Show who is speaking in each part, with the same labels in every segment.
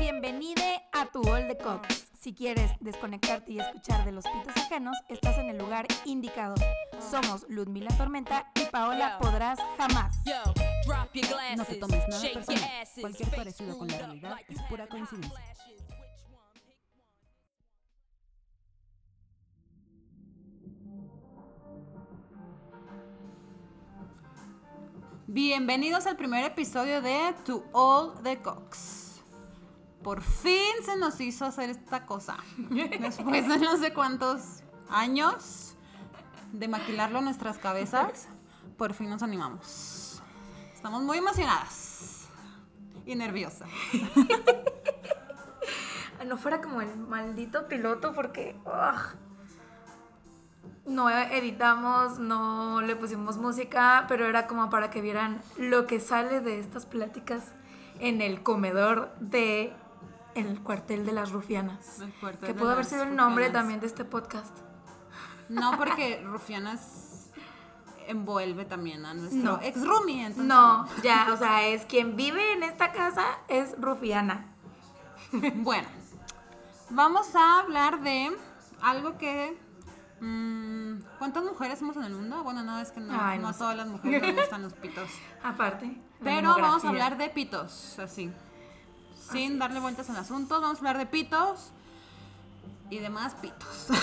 Speaker 1: Bienvenido a tu All de Cops. Si quieres desconectarte y escuchar de los pitos ajenos, estás en el lugar indicado. Somos Ludmila Tormenta y Paola Podrás Jamás.
Speaker 2: Yo, drop your glasses.
Speaker 3: No te tomes nada
Speaker 2: shake
Speaker 3: personal.
Speaker 2: your asses.
Speaker 3: Cualquier
Speaker 2: Face
Speaker 3: parecido con la
Speaker 2: screwed up
Speaker 3: realidad
Speaker 2: like you
Speaker 3: es pura
Speaker 2: having hot
Speaker 3: coincidencia.
Speaker 2: flashes. Which one? Pick one.
Speaker 3: Bienvenidos al primer episodio de To All the Cox. Por fin se nos hizo hacer esta cosa. Después de no sé cuántos años de maquilarlo en nuestras cabezas, por fin nos animamos. Estamos muy emocionadas y nerviosas.
Speaker 1: No fuera como el maldito piloto porque ugh, no editamos, no le pusimos música, pero era como para que vieran lo que sale de estas pláticas en el comedor de el cuartel de las rufianas.
Speaker 3: El cuartel
Speaker 1: Que
Speaker 3: de
Speaker 1: pudo haber
Speaker 3: las
Speaker 1: sido el nombre
Speaker 3: rufianas.
Speaker 1: también de este podcast.
Speaker 3: No porque Rufianas envuelve también a nuestro
Speaker 1: No.
Speaker 3: ex roomie. entonces-
Speaker 1: No, ya, o sea, es quien vive en esta casa es rufiana.
Speaker 3: Bueno, vamos a hablar de algo que... mm, ¿Cuántas mujeres somos en el mundo? Bueno, no, es que no,
Speaker 1: Ay,
Speaker 3: no
Speaker 1: no sé.
Speaker 3: todas las mujeres les gustan los pitos.
Speaker 1: Aparte. la
Speaker 3: Pero vamos a
Speaker 1: demografía.
Speaker 3: hablar de pitos, así. Sin darle vueltas al asunto, vamos a hablar de pitos y demás pitos.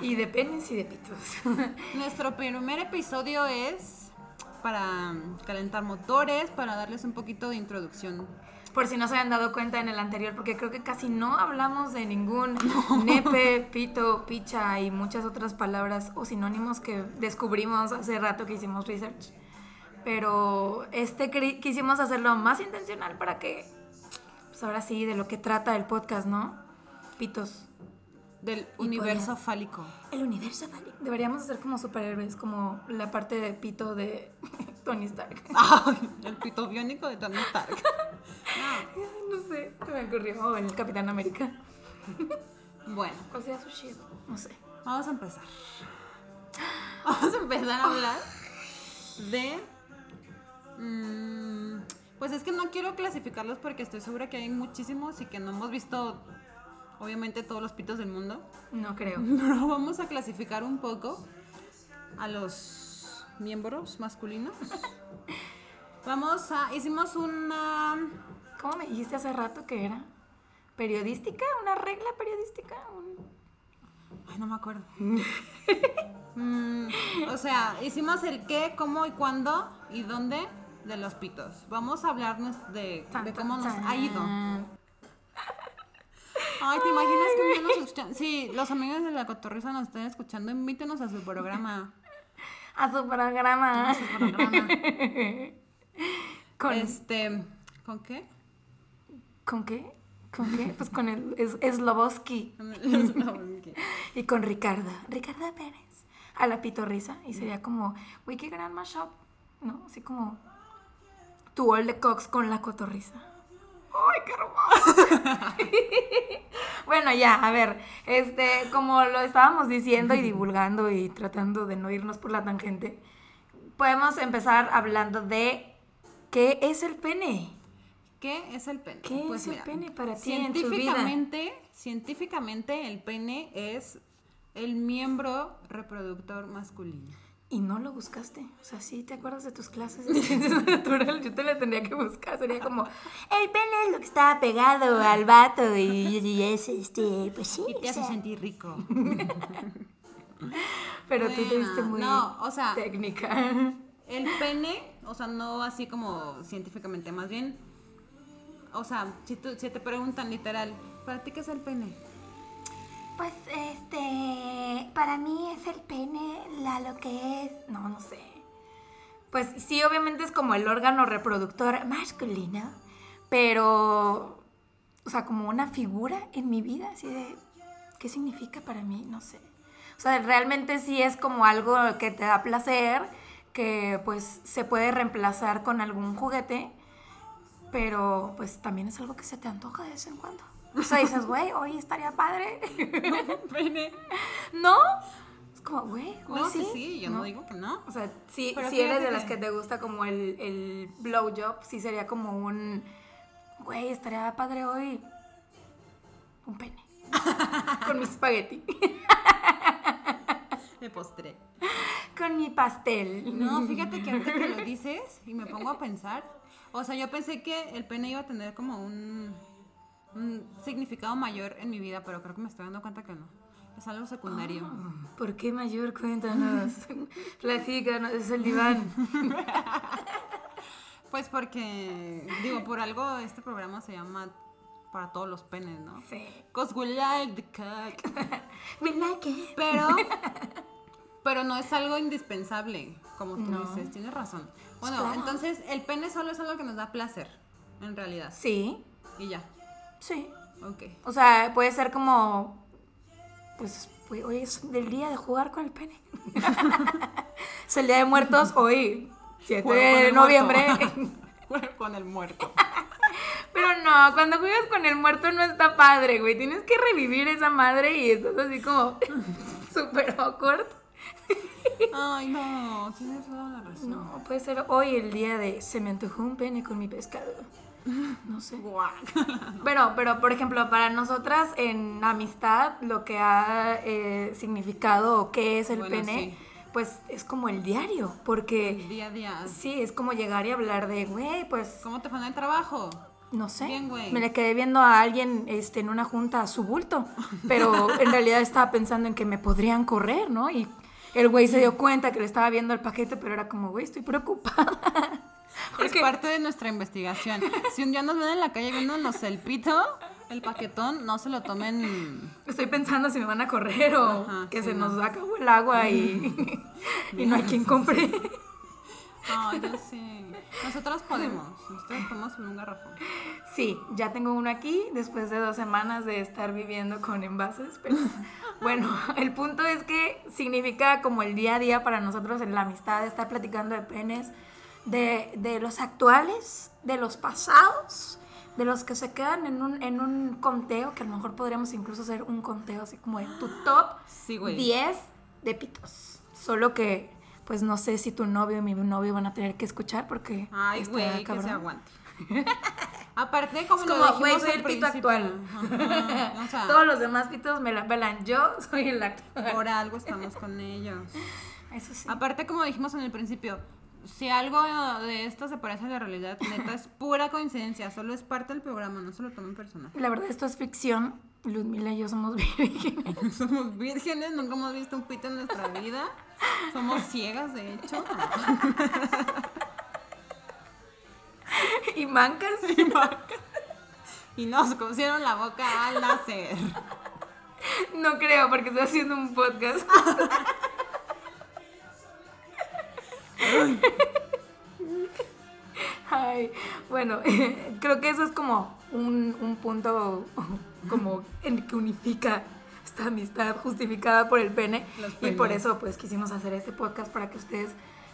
Speaker 1: Y de penes y de pitos.
Speaker 3: Nuestro primer episodio es para calentar motores, para darles un poquito de introducción.
Speaker 1: Por si no se habían dado cuenta en el anterior, porque creo que casi no hablamos de ningún nepe, pito, picha y muchas otras palabras o sinónimos que descubrimos hace rato que hicimos research. Pero este cri- quisimos hacerlo más intencional para que, pues ahora sí, de lo que trata el podcast, ¿no? Pitos.
Speaker 3: Del
Speaker 1: Y
Speaker 3: universo
Speaker 1: podría-
Speaker 3: fálico.
Speaker 1: El universo, vale. Deberíamos hacer como superhéroes, como la parte de pito de Tony Stark.
Speaker 3: Ay, el pito biónico de Tony Stark.
Speaker 1: no sé, se me ocurrió. O el Capitán América.
Speaker 3: Bueno,
Speaker 1: O sea, su shit. No sé.
Speaker 3: vamos a empezar. Vamos a empezar a hablar de... mm, pues es que no quiero clasificarlos porque estoy segura que hay muchísimos y que no hemos visto, obviamente, todos los pitos del mundo.
Speaker 1: No creo.
Speaker 3: Pero vamos a clasificar un poco a los miembros masculinos. Vamos a. Hicimos una.
Speaker 1: ¿Cómo me dijiste hace rato que era? ¿Periodística? ¿Una regla periodística? Un-
Speaker 3: Ay, no me acuerdo. Mm, o sea, hicimos el qué, cómo y cuándo y dónde de los pitos. Vamos a hablarnos de,
Speaker 1: Tan,
Speaker 3: de cómo
Speaker 1: tan,
Speaker 3: nos ha ido.
Speaker 1: tan.
Speaker 3: Ay, ¿te imaginas que un día nos escuchan? Sí, los amigos de la cotorriza nos están escuchando. Invítenos a su programa.
Speaker 1: A su programa.
Speaker 3: A su programa.
Speaker 1: ¿Con,
Speaker 3: Este. ¿Con qué?
Speaker 1: ¿Con qué? ¿Con qué? Pues con el es, Sloboski
Speaker 3: Los- los-
Speaker 1: y con Ricarda. Ricarda Pérez. A la pitorrisa. Y sería como Wiki Grand Mashup. ¿No? Así como tu all de Cox con la cotorrisa. ¡Ay, qué hermoso! bueno, ya, a ver, este, como lo estábamos diciendo y divulgando y tratando de no irnos por la tangente, podemos empezar hablando de qué es el pene.
Speaker 3: ¿Qué es el pene? Pues
Speaker 1: ¿Qué es el pene para ti en tu vida?
Speaker 3: científicamente, científicamente el pene es el miembro reproductor masculino.
Speaker 1: Y no lo buscaste. O sea, sí, ¿te acuerdas de tus clases de ciencias naturales? Yo te la tendría que buscar. Sería como, el pene es lo que estaba pegado al vato y, y es este, pues sí.
Speaker 3: Y te
Speaker 1: o
Speaker 3: hace
Speaker 1: sea".
Speaker 3: sentir rico.
Speaker 1: Pero tú te
Speaker 3: Bueno,
Speaker 1: viste muy
Speaker 3: no, o sea-
Speaker 1: técnica.
Speaker 3: El pene, o sea, no así como científicamente, más bien, o sea, si, tú- si te preguntan literal, ¿para ti qué es el pene?
Speaker 1: Pues este, para mí es el pene, la lo que es, no, no sé. Pues sí, obviamente es como el órgano reproductor masculino, pero, o sea, como una figura en mi vida, así de, ¿qué significa para mí? No sé. O sea, realmente sí es como algo que te da placer, que pues se puede reemplazar con algún juguete, pero pues también es algo que se te antoja de vez en cuando. O sea, dices, güey, hoy estaría padre.
Speaker 3: pene.
Speaker 1: ¿No? Es como, güey, güey,
Speaker 3: No, sí, sí, yo no, digo que no.
Speaker 1: O sea, sí,
Speaker 3: Pero
Speaker 1: si eres
Speaker 3: fíjate
Speaker 1: de las
Speaker 3: que-
Speaker 1: que te gusta como el, el blowjob, sí sería como un, güey, estaría padre hoy un pene. Con mi espagueti.
Speaker 3: Me postré.
Speaker 1: Con mi pastel.
Speaker 3: No, fíjate que ahorita que lo dices y me pongo a pensar. O sea, yo pensé que el pene iba a tener como un, un significado mayor en mi vida, pero creo que me estoy dando cuenta que no. Es algo secundario.
Speaker 1: ¿Por qué mayor? Cuéntanos. Platícanos, es el diván.
Speaker 3: Pues porque, digo, por algo este programa se llama Para todos los penes, ¿no?
Speaker 1: Sí.
Speaker 3: Cause we like the cock.
Speaker 1: We like it.
Speaker 3: Pero, pero no es algo indispensable, como tú
Speaker 1: No.
Speaker 3: dices, tienes razón. Bueno,
Speaker 1: Claro.
Speaker 3: entonces el pene solo es algo que nos da placer, en realidad.
Speaker 1: Sí,
Speaker 3: Y ya,
Speaker 1: sí.
Speaker 3: ok.
Speaker 1: O sea, puede ser como. Pues pues, hoy es el día de jugar con el pene. es el día de muertos hoy, 7
Speaker 3: Juego con
Speaker 1: de
Speaker 3: el
Speaker 1: noviembre.
Speaker 3: muerto. Juego con el muerto.
Speaker 1: Pero no, cuando juegas con el muerto no está padre, güey. Tienes que revivir esa madre y estás así como. súper awkward.
Speaker 3: Ay, no, tienes toda la razón.
Speaker 1: No, puede ser hoy el día de se me antojó un pene con mi pescado. No sé. Pero, pero, por ejemplo, para nosotras en amistad, lo que ha eh, significado o qué es el
Speaker 3: Bueno,
Speaker 1: pene,
Speaker 3: sí.
Speaker 1: pues es como el diario, porque
Speaker 3: Día a día.
Speaker 1: sí, es como llegar y hablar de, güey, pues,
Speaker 3: ¿Cómo te fue en el trabajo?
Speaker 1: no sé,
Speaker 3: Bien, güey.
Speaker 1: me le quedé viendo a alguien este, en una junta su bulto, pero en realidad estaba pensando en que me podrían correr, ¿no? Y el güey se dio cuenta que le estaba viendo el paquete, pero era como, güey, estoy preocupada.
Speaker 3: Es parte de nuestra investigación. Si un día nos ven en la calle viéndonos el pito, el paquetón, no se lo tomen.
Speaker 1: Estoy pensando si me van a correr o
Speaker 3: Ajá,
Speaker 1: que
Speaker 3: sí,
Speaker 1: se
Speaker 3: no.
Speaker 1: nos acabó el agua y, y no hay quien compre.
Speaker 3: Ay, ya sé. Nosotros podemos. Nosotros podemos subir un garrafón.
Speaker 1: Sí, ya tengo uno aquí después de dos semanas de estar viviendo con envases. Pero bueno, el punto es que significa como el día a día para nosotros en la amistad, estar platicando de penes, de, de los actuales, de los pasados, de los que se quedan en un, en un conteo, que a lo mejor podríamos incluso hacer un conteo así como de tu top
Speaker 3: Sí, güey.
Speaker 1: 10 de pitos. Solo que, pues no sé si tu novio y mi novio van a tener que escuchar porque.
Speaker 3: Ay,
Speaker 1: está
Speaker 3: güey, que
Speaker 1: cabrón.
Speaker 3: se aguante. Aparte, como
Speaker 1: Es
Speaker 3: lo
Speaker 1: como, güey,
Speaker 3: dijimos
Speaker 1: soy
Speaker 3: al
Speaker 1: el pito
Speaker 3: principio,
Speaker 1: actual.
Speaker 3: ajá, o sea,
Speaker 1: Todos los demás pitos me la pelan. Yo soy el actor.
Speaker 3: por algo estamos con ellos.
Speaker 1: Eso sí.
Speaker 3: Aparte, como dijimos en el principio, si algo de esto se parece a la realidad, neta, es pura coincidencia. Solo es parte del programa, no se lo tomen personal.
Speaker 1: La verdad, esto es ficción. Ludmila y yo somos vírgenes.
Speaker 3: Somos vírgenes, nunca hemos visto un pito en nuestra vida. Somos ciegas, de hecho.
Speaker 1: y mancas.
Speaker 3: Y nos cosieron la boca al nacer.
Speaker 1: No creo, porque estoy haciendo un podcast. Ay, bueno, creo que eso es como un, un punto como en que unifica esta amistad justificada por el pene.
Speaker 3: Los
Speaker 1: Y por
Speaker 3: penes.
Speaker 1: eso pues quisimos hacer este podcast para que ustedes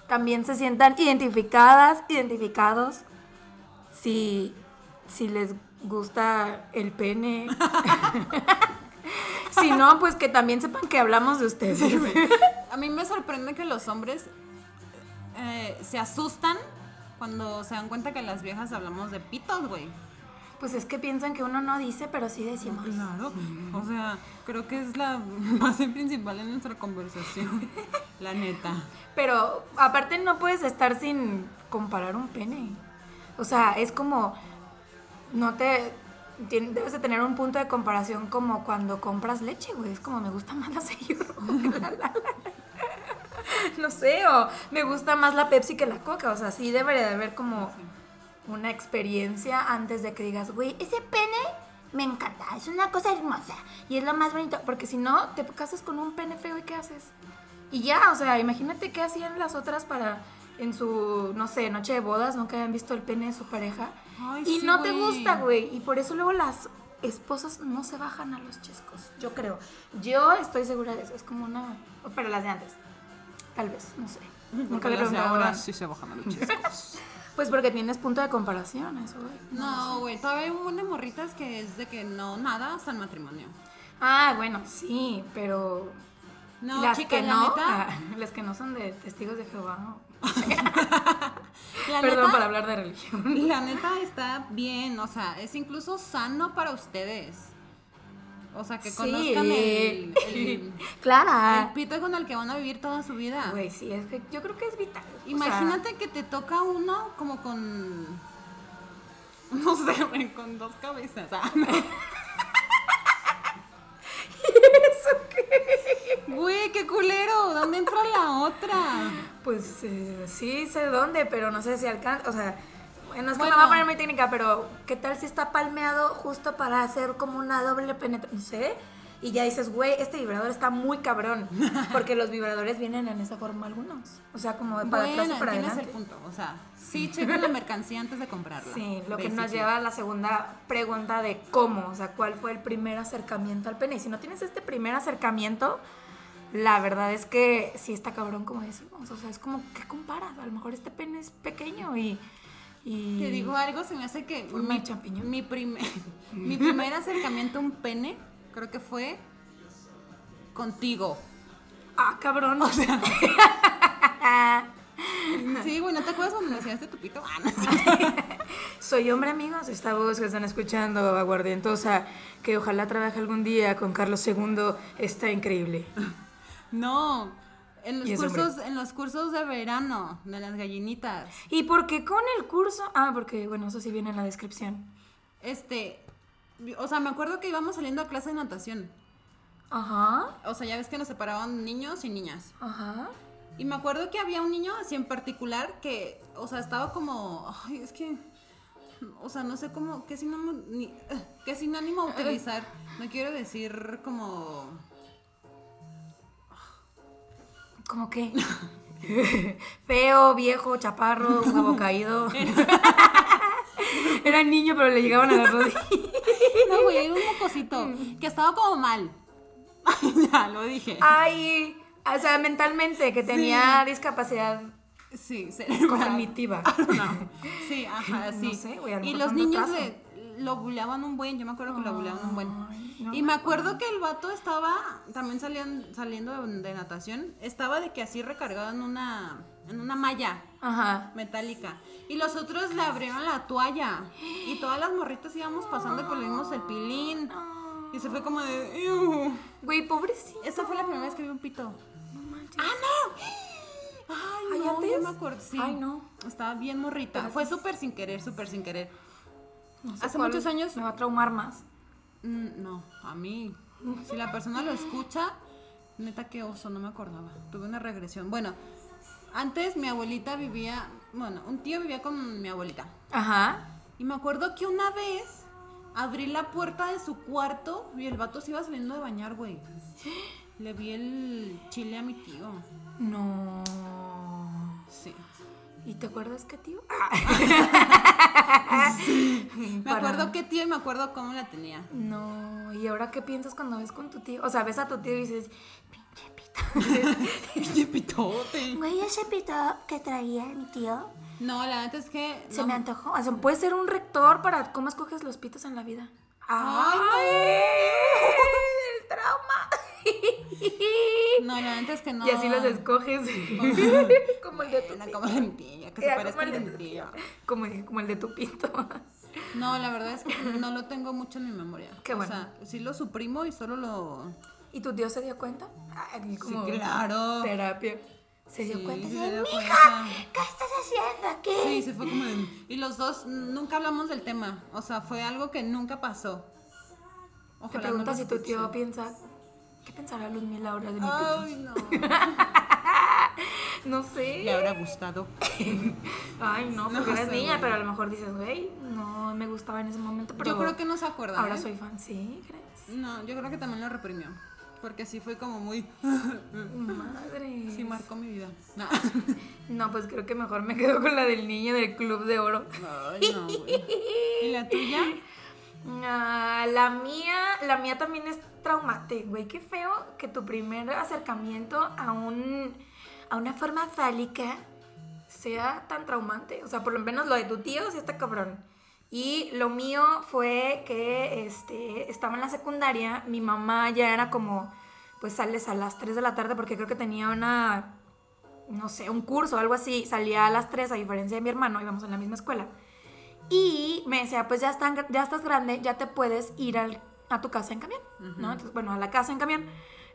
Speaker 1: también se sientan identificadas, identificados. Si, si les gusta el pene. si no, pues que también sepan que hablamos de ustedes.
Speaker 3: A mí me sorprende que los hombres eh, se asustan cuando se dan cuenta que las viejas hablamos de pitos, güey.
Speaker 1: Pues es que piensan que uno no dice, pero sí decimos.
Speaker 3: Claro, o sea, creo que es la base principal en nuestra conversación, la neta.
Speaker 1: Pero aparte no puedes estar sin comparar un pene. O sea, es como, no te... tien- Debes de tener un punto de comparación como cuando compras leche, güey. Es como, me gusta más la sello. no sé, o me gusta más la Pepsi que la Coca. O sea, sí debería de haber como una experiencia antes de que digas, güey, ese pene me encanta. Es una cosa hermosa. Y es lo más bonito. Porque si no, te casas con un pene feo y ¿qué haces? Y ya, o sea, imagínate qué hacían las otras para en su, no sé, noche de bodas, nunca habían visto el pene de su pareja.
Speaker 3: Ay,
Speaker 1: y
Speaker 3: sí,
Speaker 1: no te
Speaker 3: güey.
Speaker 1: gusta, güey. Y por eso luego las esposas no se bajan a los chescos, yo creo. Yo estoy segura de eso. Es como una... o Pero las de antes. Tal vez, no sé. Nunca le he
Speaker 3: Las de
Speaker 1: preguntado.
Speaker 3: ahora
Speaker 1: a-
Speaker 3: sí se bajan a los chescos.
Speaker 1: Pues porque tienes punto de comparación, eso, güey.
Speaker 3: No, güey, todavía hay un montón de morritas que es de que no, nada hasta el matrimonio.
Speaker 1: Ah, bueno, sí, pero...
Speaker 3: No,
Speaker 1: las
Speaker 3: chica,
Speaker 1: que
Speaker 3: la
Speaker 1: no,
Speaker 3: neta,
Speaker 1: ah, las que no son de testigos de Jehová. no.
Speaker 3: la
Speaker 1: Perdón
Speaker 3: neta,
Speaker 1: por hablar de religión.
Speaker 3: La neta está bien, o sea, es incluso sano para ustedes. O sea, que
Speaker 1: Sí. eh,
Speaker 3: conozcan el, el- el
Speaker 1: Clara.
Speaker 3: pito con el que van a vivir toda su vida.
Speaker 1: Güey, sí, es que yo creo que es vital. O sea,
Speaker 3: Imagínate que te toca uno como con. No sé, güey, con dos cabezas. Ah, no.
Speaker 1: ¿Eso qué?
Speaker 3: Güey, qué culero. ¿Dónde entra la otra?
Speaker 1: Pues eh, sí, sé dónde, pero no sé si alcanza. O sea, bueno, es que
Speaker 3: Bueno.
Speaker 1: no va a poner mi técnica, pero ¿qué tal si está palmeado justo para hacer como una doble penetración? No sé. Y ya dices, güey, este vibrador está muy cabrón. Porque los vibradores vienen en esa forma algunos. O sea, como de para atrás y para
Speaker 3: tienes
Speaker 1: adelante.
Speaker 3: el punto. O sea, sí, checa la mercancía antes de comprarla.
Speaker 1: Sí, lo que nos
Speaker 3: basically.
Speaker 1: lleva a la segunda pregunta de cómo, o sea, cuál fue el primer acercamiento al pene. Y si no tienes este primer acercamiento, la verdad es que sí está cabrón, como decimos. O sea, es como, ¿qué comparas? A lo mejor este pene es pequeño y... y...
Speaker 3: Te digo algo, se me hace que.
Speaker 1: Forma de champiñón.
Speaker 3: Mi, primer, mi primer acercamiento a un pene, creo que fue. Contigo.
Speaker 1: Ah, cabrón. O sea...
Speaker 3: Sí, güey, ¿no te acuerdas cuando me enseñaste tu pito? Ah, no.
Speaker 1: Soy hombre, amigos. Esta voz que están escuchando, aguardientosa, que ojalá trabaje algún día con Carlos II, está increíble.
Speaker 3: No, en
Speaker 1: Y
Speaker 3: los
Speaker 1: es hombre.
Speaker 3: cursos, en los cursos de verano de las gallinitas.
Speaker 1: ¿Y por qué con el curso? Ah, porque, bueno, eso sí viene en la descripción.
Speaker 3: Este, o sea, me acuerdo que íbamos saliendo a clase de natación.
Speaker 1: Ajá,
Speaker 3: O sea, ya ves que nos separaban niños y niñas.
Speaker 1: ajá.
Speaker 3: Y me acuerdo que había un niño así en particular que, o sea, estaba como, ay, es que o sea, no sé cómo qué sinónimo ni- qué sinónimo utilizar. No quiero decir como
Speaker 1: ¿Cómo qué? Feo, viejo, chaparro, huevo caído. Era niño, pero le llegaban a las rodillas.
Speaker 3: No, güey, era un mocosito que estaba como mal. ya lo dije.
Speaker 1: Ay, o sea, mentalmente, que tenía discapacidad
Speaker 3: Sí, cerebral.
Speaker 1: Ah,
Speaker 3: Ah,
Speaker 1: cognitiva.
Speaker 3: No. Sí, ajá,
Speaker 1: No
Speaker 3: sí.
Speaker 1: sé, güey, a lo
Speaker 3: y
Speaker 1: mejor
Speaker 3: los
Speaker 1: fue un
Speaker 3: niños
Speaker 1: retraso.
Speaker 3: le- lo buleaban un buen, yo me acuerdo que lo buleaban un buen.
Speaker 1: Ay, no
Speaker 3: y me acuerdo que el vato estaba, también salían, saliendo de, de natación, estaba de que así recargado en una, en una malla
Speaker 1: Ajá.
Speaker 3: metálica. Y los otros le abrieron la toalla. Y todas las morritas íbamos pasando y por lo vimos el pilín. Y se fue como de... "Ew".
Speaker 1: Güey, pobrecito.
Speaker 3: Esa fue la primera vez que vi un pito.
Speaker 1: No manches.
Speaker 3: ¡Ah, no! Ay,
Speaker 1: ¿Ay,
Speaker 3: no,
Speaker 1: antes?
Speaker 3: ya me acordé. Sí.
Speaker 1: Ay, no. pues
Speaker 3: Estaba bien morrita. Fue súper sin querer, súper sin querer.
Speaker 1: No sé
Speaker 3: hace
Speaker 1: cuál
Speaker 3: muchos años-
Speaker 1: Me va a traumar más.
Speaker 3: Mm, no, a mí. Si la persona lo escucha, neta que oso, no me acordaba. Tuve una regresión. Bueno, antes mi abuelita vivía, bueno, un tío vivía con mi abuelita.
Speaker 1: Ajá.
Speaker 3: Y me acuerdo que una vez abrí la puerta de su cuarto y el vato se iba saliendo de bañar, güey. Le vi el chile a mi tío.
Speaker 1: No.
Speaker 3: Sí.
Speaker 1: ¿Y te acuerdas qué, tío? Ah.
Speaker 3: Me acuerdo qué tío y me acuerdo cómo la tenía.
Speaker 1: No, ¿y ahora qué piensas cuando ves con tu tío? O sea, ves a tu tío y dices, pinche pito.
Speaker 3: ¡Qué pitote!
Speaker 1: Güey, ese pito que traía mi tío
Speaker 3: No, la neta es que.
Speaker 1: se
Speaker 3: no.
Speaker 1: me antojó. O sea, puede ser un rector para cómo escoges los pitos en la vida.
Speaker 3: Ay, no.
Speaker 1: ¡Ay, ¡El trauma!
Speaker 3: No, la neta es que no.
Speaker 1: Y así los escoges. como el de tu
Speaker 3: Era como la mintilla, que se
Speaker 1: Era
Speaker 3: parezca
Speaker 1: como
Speaker 3: a
Speaker 1: el
Speaker 3: la
Speaker 1: de-
Speaker 3: mintilla.
Speaker 1: como, el- como el de tu pito.
Speaker 3: No, la verdad es que no lo tengo mucho en mi memoria.
Speaker 1: Qué bueno.
Speaker 3: O sea, sí lo suprimo y solo lo.
Speaker 1: ¿Y tu tío se dio cuenta? Ay, como
Speaker 3: sí, claro.
Speaker 1: terapia. Se dio
Speaker 3: Sí,
Speaker 1: cuenta.
Speaker 3: sí
Speaker 1: de,
Speaker 3: se dio
Speaker 1: "Mija,
Speaker 3: cuenta.
Speaker 1: ¿Qué estás haciendo aquí?
Speaker 3: Sí, se fue como. de- Y los dos nunca hablamos del tema. O sea, fue algo que nunca pasó.
Speaker 1: Te
Speaker 3: Ojalá no
Speaker 1: preguntas
Speaker 3: lo
Speaker 1: si tu
Speaker 3: escuche. Ah.
Speaker 1: tío piensa, ¿qué pensará Luzmila ahora de mi
Speaker 3: Ay, no.
Speaker 1: pito? No sé.
Speaker 3: Le habrá gustado.
Speaker 1: Ay, no, porque
Speaker 3: No
Speaker 1: eres
Speaker 3: sé,
Speaker 1: niña,
Speaker 3: güey.
Speaker 1: pero a lo mejor dices, güey, no me gustaba en ese momento, pero
Speaker 3: Yo creo que no se acuerda.
Speaker 1: ahora
Speaker 3: ¿eh?
Speaker 1: soy fan, ¿sí? ¿Crees?
Speaker 3: No, yo creo que también lo reprimió. Porque sí fue como muy.
Speaker 1: Madre.
Speaker 3: Sí, marcó mi vida. No.
Speaker 1: No, pues creo que mejor me quedo con la del niño del Club de Oro.
Speaker 3: Ay, no, güey. ¿Y la tuya?
Speaker 1: Ah, la mía, la mía también es traumate, güey, qué feo que tu primer acercamiento a un a una forma fálica sea tan traumante, o sea, por lo menos lo de tu tío sí está cabrón. Y lo mío fue que este estaba en la secundaria, mi mamá ya era como pues sales a las 3 de la tarde porque creo que tenía una no sé, un curso o algo así, salía a las 3 a diferencia de mi hermano, íbamos en la misma escuela. Y me decía, pues ya, están, ya estás grande, ya te puedes ir al, a tu casa en camión, ¿no? Entonces, bueno, a la casa en camión.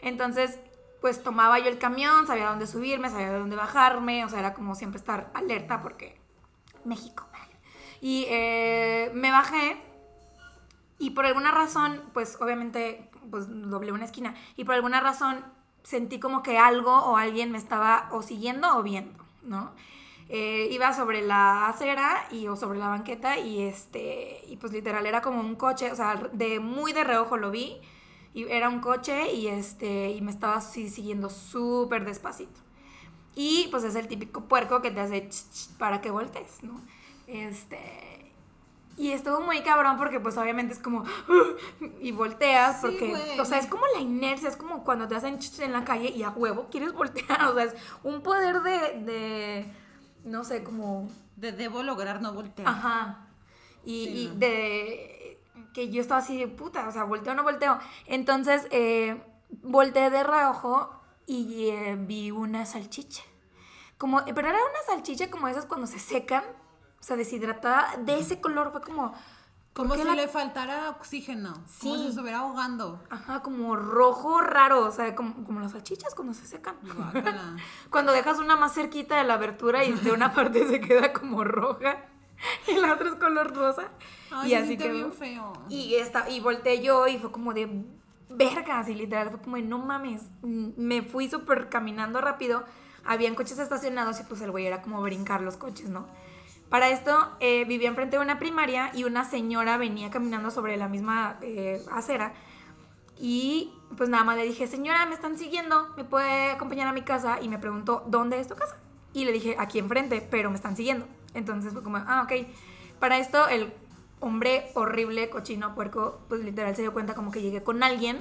Speaker 1: Entonces, pues tomaba yo el camión, sabía dónde subirme, sabía dónde bajarme, o sea, era como siempre estar alerta porque México, vale. Y eh, me bajé y por alguna razón, pues obviamente, pues doblé una esquina y por alguna razón sentí como que algo o alguien me estaba o siguiendo o viendo, ¿no? Eh, iba sobre la acera y o sobre la banqueta y este y pues literal era como un coche, o sea, de muy de reojo lo vi y era un coche y este y me estaba así siguiendo súper despacito. Y pues es el típico puerco que te hace ch, ch, para que voltees, ¿no? Este y estuvo muy cabrón porque pues obviamente es como "Ah", y volteas
Speaker 3: Sí,
Speaker 1: porque
Speaker 3: güey.
Speaker 1: o sea, es como la inercia, es como cuando te hacen ch- en la calle y a huevo quieres voltear, o sea, es un poder de, de no sé, como,
Speaker 3: De debo lograr no voltear.
Speaker 1: ajá, y,
Speaker 3: Sí,
Speaker 1: y
Speaker 3: no.
Speaker 1: de que yo estaba así de puta, o sea, volteo o no volteo. Entonces, eh, volteé de reojo y eh, vi una salchicha. Como, eh, pero era una salchicha como esas cuando se secan, o sea, deshidratada, de ese color, fue como,
Speaker 3: Como
Speaker 1: ¿por qué
Speaker 3: si
Speaker 1: la-
Speaker 3: le faltara oxígeno. Como
Speaker 1: Sí.
Speaker 3: si se estuviera ahogando.
Speaker 1: Ajá, como rojo raro, o sea, como, como las salchichas cuando se secan.
Speaker 3: Guácala.
Speaker 1: Cuando dejas una más cerquita de la abertura y de una parte se queda como roja y la otra es color rosa.
Speaker 3: Ay,
Speaker 1: y
Speaker 3: se
Speaker 1: así
Speaker 3: siente
Speaker 1: que
Speaker 3: bien feo.
Speaker 1: Y, esta, y volteé yo y fue como de verga, así literal, fue como de no mames. Mm, Me fui súper caminando rápido. Habían coches estacionados y pues el güey era como brincar los coches, ¿no? Para esto eh, vivía enfrente de una primaria y una señora venía caminando sobre la misma eh, acera. Y pues nada más le dije, señora, me están siguiendo, ¿me puede acompañar a mi casa? Y me preguntó, ¿dónde es tu casa? Y le dije, aquí enfrente, pero me están siguiendo. Entonces fue como, ah, ok. Para esto el hombre horrible, cochino, puerco, pues literal se dio cuenta como que llegué con alguien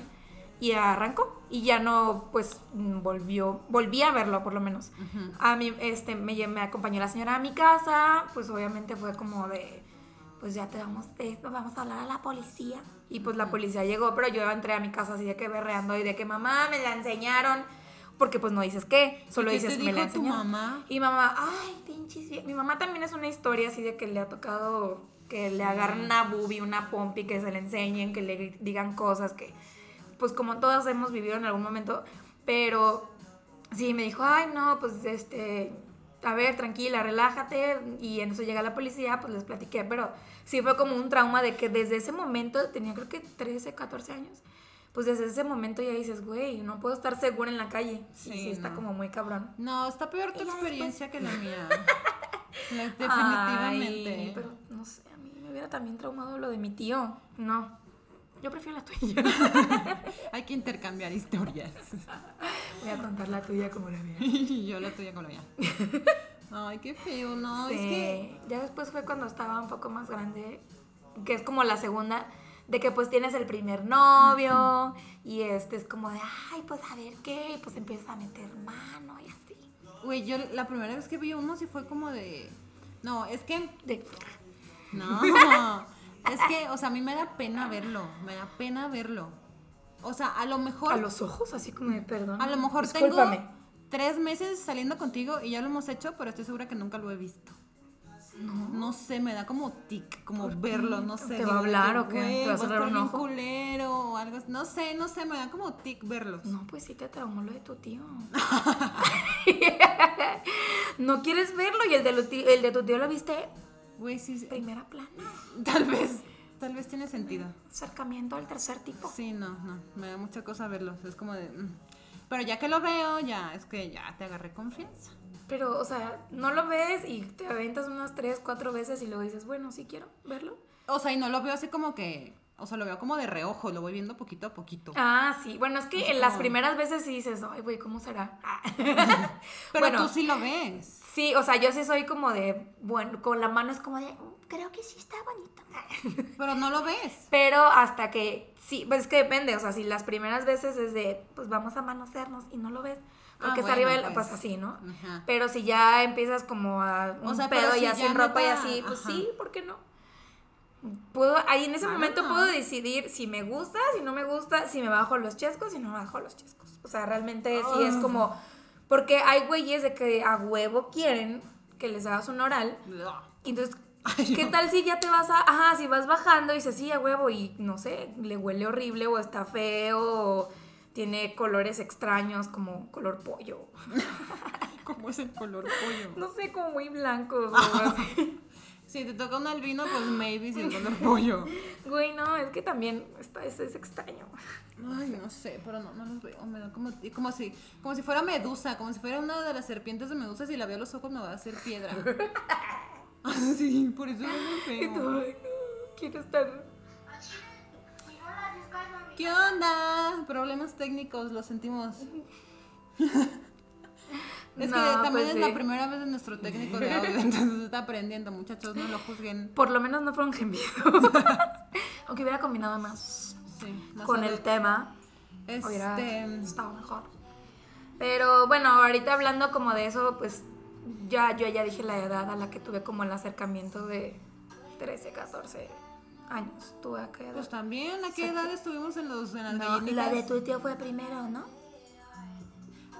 Speaker 1: y arrancó. Y ya no, pues mm, volvió, volví a verlo por lo menos. A mí, este, me, lle- me acompañó la señora a mi casa, pues obviamente fue como de pues ya te vamos, eh, vamos a hablar a la policía. Y pues la policía llegó, pero yo entré a mi casa así de que berreando y de que mamá me la enseñaron. Porque pues no dices qué, solo
Speaker 3: qué te
Speaker 1: dices me la
Speaker 3: dijo tu
Speaker 1: enseñaron".
Speaker 3: mamá?
Speaker 1: Y mamá, ay, pinches vie-". Mi mamá también es una historia así de que le ha tocado que le agarren una bubi, una pompi, que se le enseñen, que le digan cosas que pues como todas hemos vivido en algún momento, pero sí, me dijo, ay, no, pues este, a ver, tranquila, relájate, y en eso llega la policía, pues les platiqué, pero sí fue como un trauma de que desde ese momento, tenía creo que 13, 14 años, pues desde ese momento ya dices, güey, no puedo estar segura en la calle,
Speaker 3: Sí,
Speaker 1: y sí está
Speaker 3: no.
Speaker 1: como muy cabrón.
Speaker 3: No, está peor tu experiencia que la mía. La-
Speaker 1: Ay,
Speaker 3: Definitivamente.
Speaker 1: pero no sé, a mí me hubiera también traumado lo de mi tío, no, yo prefiero la tuya.
Speaker 3: Hay que intercambiar historias.
Speaker 1: Voy a contar la tuya como la mía.
Speaker 3: Y Yo la tuya con la mía. Ay, qué feo, no.
Speaker 1: Sí,
Speaker 3: Es que
Speaker 1: ya después fue cuando estaba un poco más grande, que es como la segunda, de que pues tienes el primer novio y este es como de, ay, pues a ver qué, y pues empiezas a meter mano y así.
Speaker 3: Güey, yo la primera vez que vi uno sí fue como de. No, es que.
Speaker 1: De,
Speaker 3: No. es que, o sea, a mí me da pena verlo. Me da pena verlo. O sea, a lo mejor.
Speaker 1: a los ojos, así como de perdón.
Speaker 3: a lo mejor
Speaker 1: discúlpame.
Speaker 3: tengo tres meses saliendo contigo y ya lo hemos hecho, pero estoy segura que nunca lo he visto. No. sé, me da como tic, como verlo, no sé.
Speaker 1: ¿Te va a
Speaker 3: digo,
Speaker 1: hablar o
Speaker 3: güey,
Speaker 1: qué? ¿Te va a
Speaker 3: estar
Speaker 1: cerrar un
Speaker 3: bien
Speaker 1: ojo?
Speaker 3: culero o algo así. No sé, no sé, me da como tic verlos.
Speaker 1: No, pues sí te traumó lo de tu tío. no quieres verlo y el de, lo ti- el de tu tío lo viste
Speaker 3: Güey, sí, sí,
Speaker 1: primera plana.
Speaker 3: Tal vez, tal vez tiene sentido.
Speaker 1: Acercamiento al tercer tipo.
Speaker 3: Sí, no, no, me da mucha cosa verlos, es como de... mm. Pero ya que lo veo, ya, es que ya te agarré confianza.
Speaker 1: Pero, o sea, no lo ves y te aventas unas tres, cuatro veces y luego dices, bueno, sí quiero verlo.
Speaker 3: O sea, y no lo veo así como que... O sea, lo veo como de reojo, lo voy viendo poquito a poquito.
Speaker 1: Ah, sí. Bueno, es que en las
Speaker 3: como-
Speaker 1: primeras veces sí dices, ay, güey, ¿cómo será? Ah.
Speaker 3: Pero
Speaker 1: bueno,
Speaker 3: tú sí lo ves.
Speaker 1: sí, o sea, yo sí soy como de, bueno, con la mano es como de, "Mm, creo que sí está bonito.
Speaker 3: Pero no lo ves.
Speaker 1: Pero hasta que, sí, pues es que depende, o sea, si las primeras veces es de, pues vamos a manosearnos y no lo ves.
Speaker 3: Ah,
Speaker 1: Porque está
Speaker 3: bueno,
Speaker 1: arriba, de la-
Speaker 3: pues.
Speaker 1: pues. así, ¿no?
Speaker 3: Ajá.
Speaker 1: Pero si ya empiezas como a
Speaker 3: O
Speaker 1: un
Speaker 3: sea, pero
Speaker 1: pedo
Speaker 3: si
Speaker 1: y así
Speaker 3: ya
Speaker 1: en ropa y
Speaker 3: neta,
Speaker 1: así, pues
Speaker 3: ajá.
Speaker 1: sí, ¿por qué no? Puedo, ahí en ese
Speaker 3: I don't
Speaker 1: momento
Speaker 3: know.
Speaker 1: puedo decidir si me gusta, si no me gusta, si me bajo los chescos, si no me bajo los chescos. O sea, realmente sí es
Speaker 3: Ah.
Speaker 1: como, porque hay güeyes de que a huevo quieren que les hagas un oral,
Speaker 3: Blah.
Speaker 1: y entonces ¿Qué tal si ya te vas a, ajá, si vas bajando y dices, sí, a huevo, y no sé, le huele horrible o está feo o tiene colores extraños como color pollo?
Speaker 3: ¿Cómo es el color pollo?
Speaker 1: No sé, como muy blancos. o algo así.
Speaker 3: Si te toca un albino, pues maybe si el color pollo.
Speaker 1: Güey, no, es que también está, es, es extraño.
Speaker 3: Ay, no sé, pero no, no los veo. Me da como, y como si, como si fuera medusa, como si fuera una de las serpientes de medusa. Si la veo a los ojos me va a hacer piedra. Ah, sí, por eso es muy
Speaker 1: Y tú,
Speaker 3: feo.
Speaker 1: ay, no, quiero estar.
Speaker 3: ¿Qué onda? Problemas técnicos, lo sentimos. Es
Speaker 1: No,
Speaker 3: que también
Speaker 1: pues
Speaker 3: es
Speaker 1: sí.
Speaker 3: la primera vez de nuestro técnico de audio, entonces está aprendiendo, muchachos, no lo juzguen.
Speaker 1: Por lo menos no fueron gemidos. Aunque hubiera combinado más
Speaker 3: Sí, no
Speaker 1: con
Speaker 3: sabe.
Speaker 1: el tema. hubiera
Speaker 3: Este,
Speaker 1: estado mejor. Pero bueno, ahorita hablando como de eso, pues ya yo ya dije la edad a la que tuve como el acercamiento de 13, 14 años. ¿Tú a qué edad?
Speaker 3: pues también, ¿a qué edad estuvimos en los en las
Speaker 1: No, la
Speaker 3: gallinitas?
Speaker 1: de tu tío fue primero, ¿no?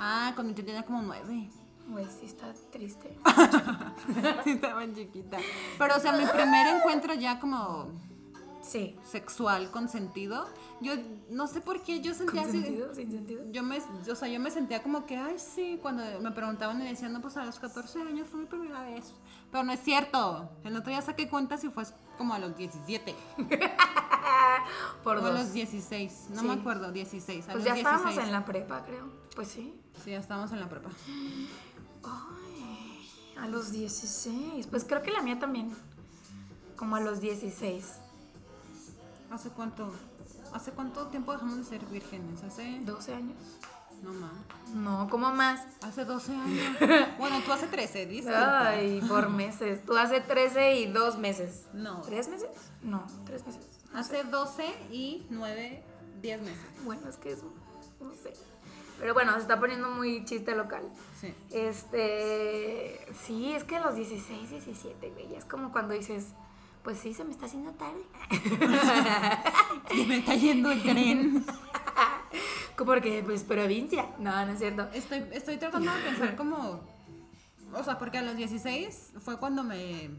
Speaker 3: Ah, cuando yo tenía como nueve.
Speaker 1: Güey, sí está triste.
Speaker 3: Estaban chiquita. Pero, o sea, mi primer encuentro ya como
Speaker 1: Sí.
Speaker 3: sexual con sentido, yo no sé por qué yo
Speaker 1: ¿Con
Speaker 3: sentía así.
Speaker 1: sentido? ¿Sin sentido?
Speaker 3: Yo me, o sea, yo me sentía como que, ay, sí, cuando me preguntaban y decían, no, pues a los 14 años fue mi primera vez. Pero no es cierto. El otro día saqué cuentas y fue como a los 17.
Speaker 1: Por
Speaker 3: o a
Speaker 1: dos.
Speaker 3: los 16. No
Speaker 1: Sí.
Speaker 3: me acuerdo, 16. A
Speaker 1: Pues
Speaker 3: los
Speaker 1: ya
Speaker 3: 16.
Speaker 1: estábamos en la prepa, creo. Pues sí.
Speaker 3: Sí, ya estábamos en la prepa.
Speaker 1: Ay, a los 16. Pues creo que la mía también. Como a los 16.
Speaker 3: ¿Hace cuánto? ¿Hace cuánto tiempo dejamos de ser vírgenes? Hace.
Speaker 1: 12 años.
Speaker 3: No más.
Speaker 1: No, como más.
Speaker 3: Hace 12 años. bueno, tú hace 13, disculpa.
Speaker 1: Ay, por meses. Tú hace 13 y dos meses.
Speaker 3: No.
Speaker 1: ¿Tres meses? No, tres meses.
Speaker 3: Hace 12 y 9, 10 meses.
Speaker 1: Bueno, es que eso, no sé. Pero bueno, se está poniendo muy chiste local.
Speaker 3: Sí.
Speaker 1: Este, sí, es que a los 16, 17, güey, ya es como cuando dices, pues sí, se me está haciendo tarde.
Speaker 3: Y me está yendo el tren.
Speaker 1: Como Porque, pues, provincia. No, no es cierto.
Speaker 3: Estoy, estoy tratando de pensar como. O sea, porque a los 16 fue cuando me.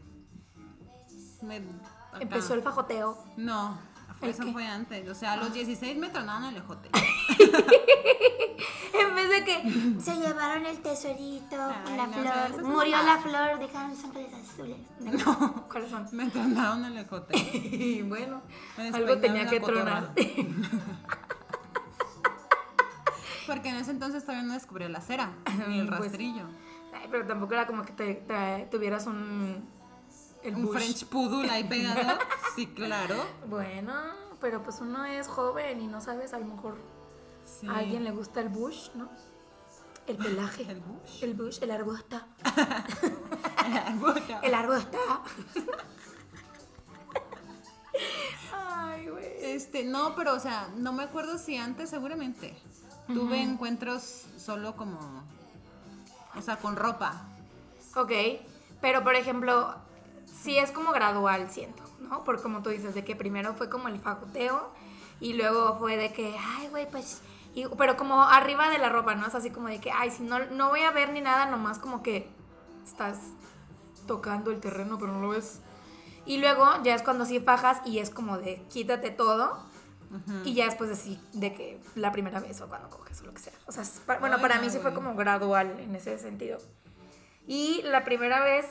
Speaker 3: me acá.
Speaker 1: Empezó el fajoteo.
Speaker 3: No,
Speaker 1: ¿El
Speaker 3: eso
Speaker 1: qué? Ah.
Speaker 3: fue antes. O sea, a los 16 me tronaron el ejote.
Speaker 1: En vez de que,
Speaker 4: Se llevaron el tesorito,
Speaker 3: Ay,
Speaker 4: la
Speaker 3: no,
Speaker 4: flor.
Speaker 3: eso es
Speaker 4: Murió
Speaker 3: mamada.
Speaker 4: la flor, dejaron sangres azules.
Speaker 1: no, ¿cuáles son?
Speaker 3: Me tronaron el ejote.
Speaker 1: Y bueno,
Speaker 3: Me
Speaker 1: algo
Speaker 3: despeinaron
Speaker 1: tenía
Speaker 3: la
Speaker 1: que
Speaker 3: cotorra.
Speaker 1: tronar.
Speaker 3: Porque en ese entonces todavía no descubrí la cera ni el
Speaker 1: Pues,
Speaker 3: rastrillo.
Speaker 1: Ay, pero tampoco era como que te, te- tuvieras un. El
Speaker 3: Un
Speaker 1: bush.
Speaker 3: French poodle ahí pegado. sí, claro.
Speaker 1: Bueno, pero pues uno es joven y no sabes, a lo mejor
Speaker 3: Sí.
Speaker 1: a alguien le gusta el bush, ¿no? El pelaje.
Speaker 3: El bush.
Speaker 1: El bush, el arbusto.
Speaker 3: Bueno.
Speaker 1: El arbusto. Ay, güey.
Speaker 3: Este, no, pero o sea, no me acuerdo si antes seguramente tuve encuentros solo como o sea, con ropa.
Speaker 1: Ok, pero por ejemplo, sí es como gradual, siento, ¿no? Por como tú dices, de que primero fue como el fagoteo y luego fue de que, ay, güey, pues. y- pero como arriba de la ropa, ¿no? Es así como de que, ay, si no, no voy a ver ni nada, nomás como que estás tocando el terreno, pero no lo ves. Y luego ya es cuando sí fajas y es como de quítate todo. Y ya después de sí, de que la primera vez o cuando coges o lo que sea. O sea, es pa- bueno,
Speaker 3: Ay,
Speaker 1: para
Speaker 3: no,
Speaker 1: mí sí fue
Speaker 3: güey.
Speaker 1: como gradual en ese sentido. Y la primera vez,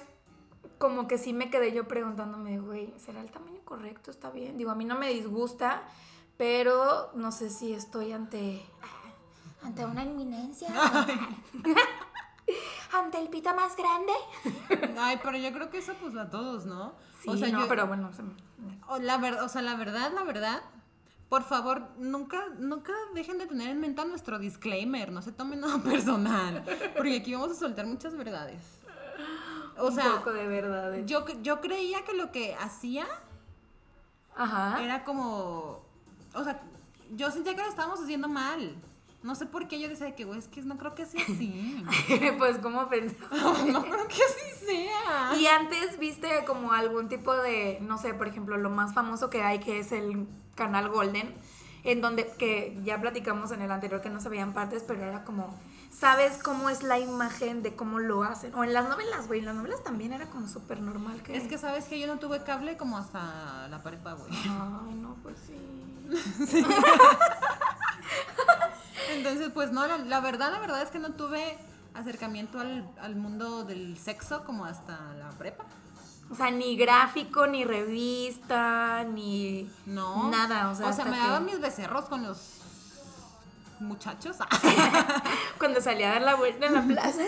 Speaker 1: como que sí me quedé yo preguntándome, güey, ¿será el tamaño correcto? ¿Está bien? Digo, a mí no me disgusta, pero no sé si estoy ante.
Speaker 4: Ante una inminencia. Ante el pito más grande.
Speaker 3: Ay, pero yo creo que eso pues a todos, ¿no?
Speaker 1: Sí, o sea, no,
Speaker 3: yo-
Speaker 1: pero bueno, se me-
Speaker 3: o la verdad, o sea, la verdad, la verdad, por favor, nunca nunca dejen de tener en mente nuestro disclaimer, no se tomen nada personal, porque aquí vamos a soltar muchas verdades. O
Speaker 1: un
Speaker 3: sea,
Speaker 1: poco de verdad. eh.
Speaker 3: yo, yo creía que lo que hacía
Speaker 1: Ajá.
Speaker 3: era como. O sea, yo sentía que lo estábamos haciendo mal. No sé por qué yo decía que, güey, es que no creo que sea así.
Speaker 1: pues, ¿cómo pensaba?
Speaker 3: no creo que así sea.
Speaker 1: Y antes viste como algún tipo de, no sé, por ejemplo, lo más famoso que hay que es el canal Golden, en donde, que ya platicamos en el anterior que no se veían partes, pero era como, ¿sabes cómo es la imagen de cómo lo hacen? O en las novelas, güey, en las novelas también era como súper normal que...
Speaker 3: Es que sabes que yo no tuve cable como hasta la prepa, güey.
Speaker 1: Ay, no, pues sí.
Speaker 3: Entonces, pues no, la, la verdad, la verdad es que no tuve acercamiento al, al mundo del sexo como hasta la prepa.
Speaker 1: O sea, ni gráfico, ni revista, ni...
Speaker 3: No.
Speaker 1: Nada, o sea... hasta
Speaker 3: me
Speaker 1: que-
Speaker 3: daban mis becerros con los muchachos. ah.
Speaker 1: Cuando salía a dar la vuelta en la plaza.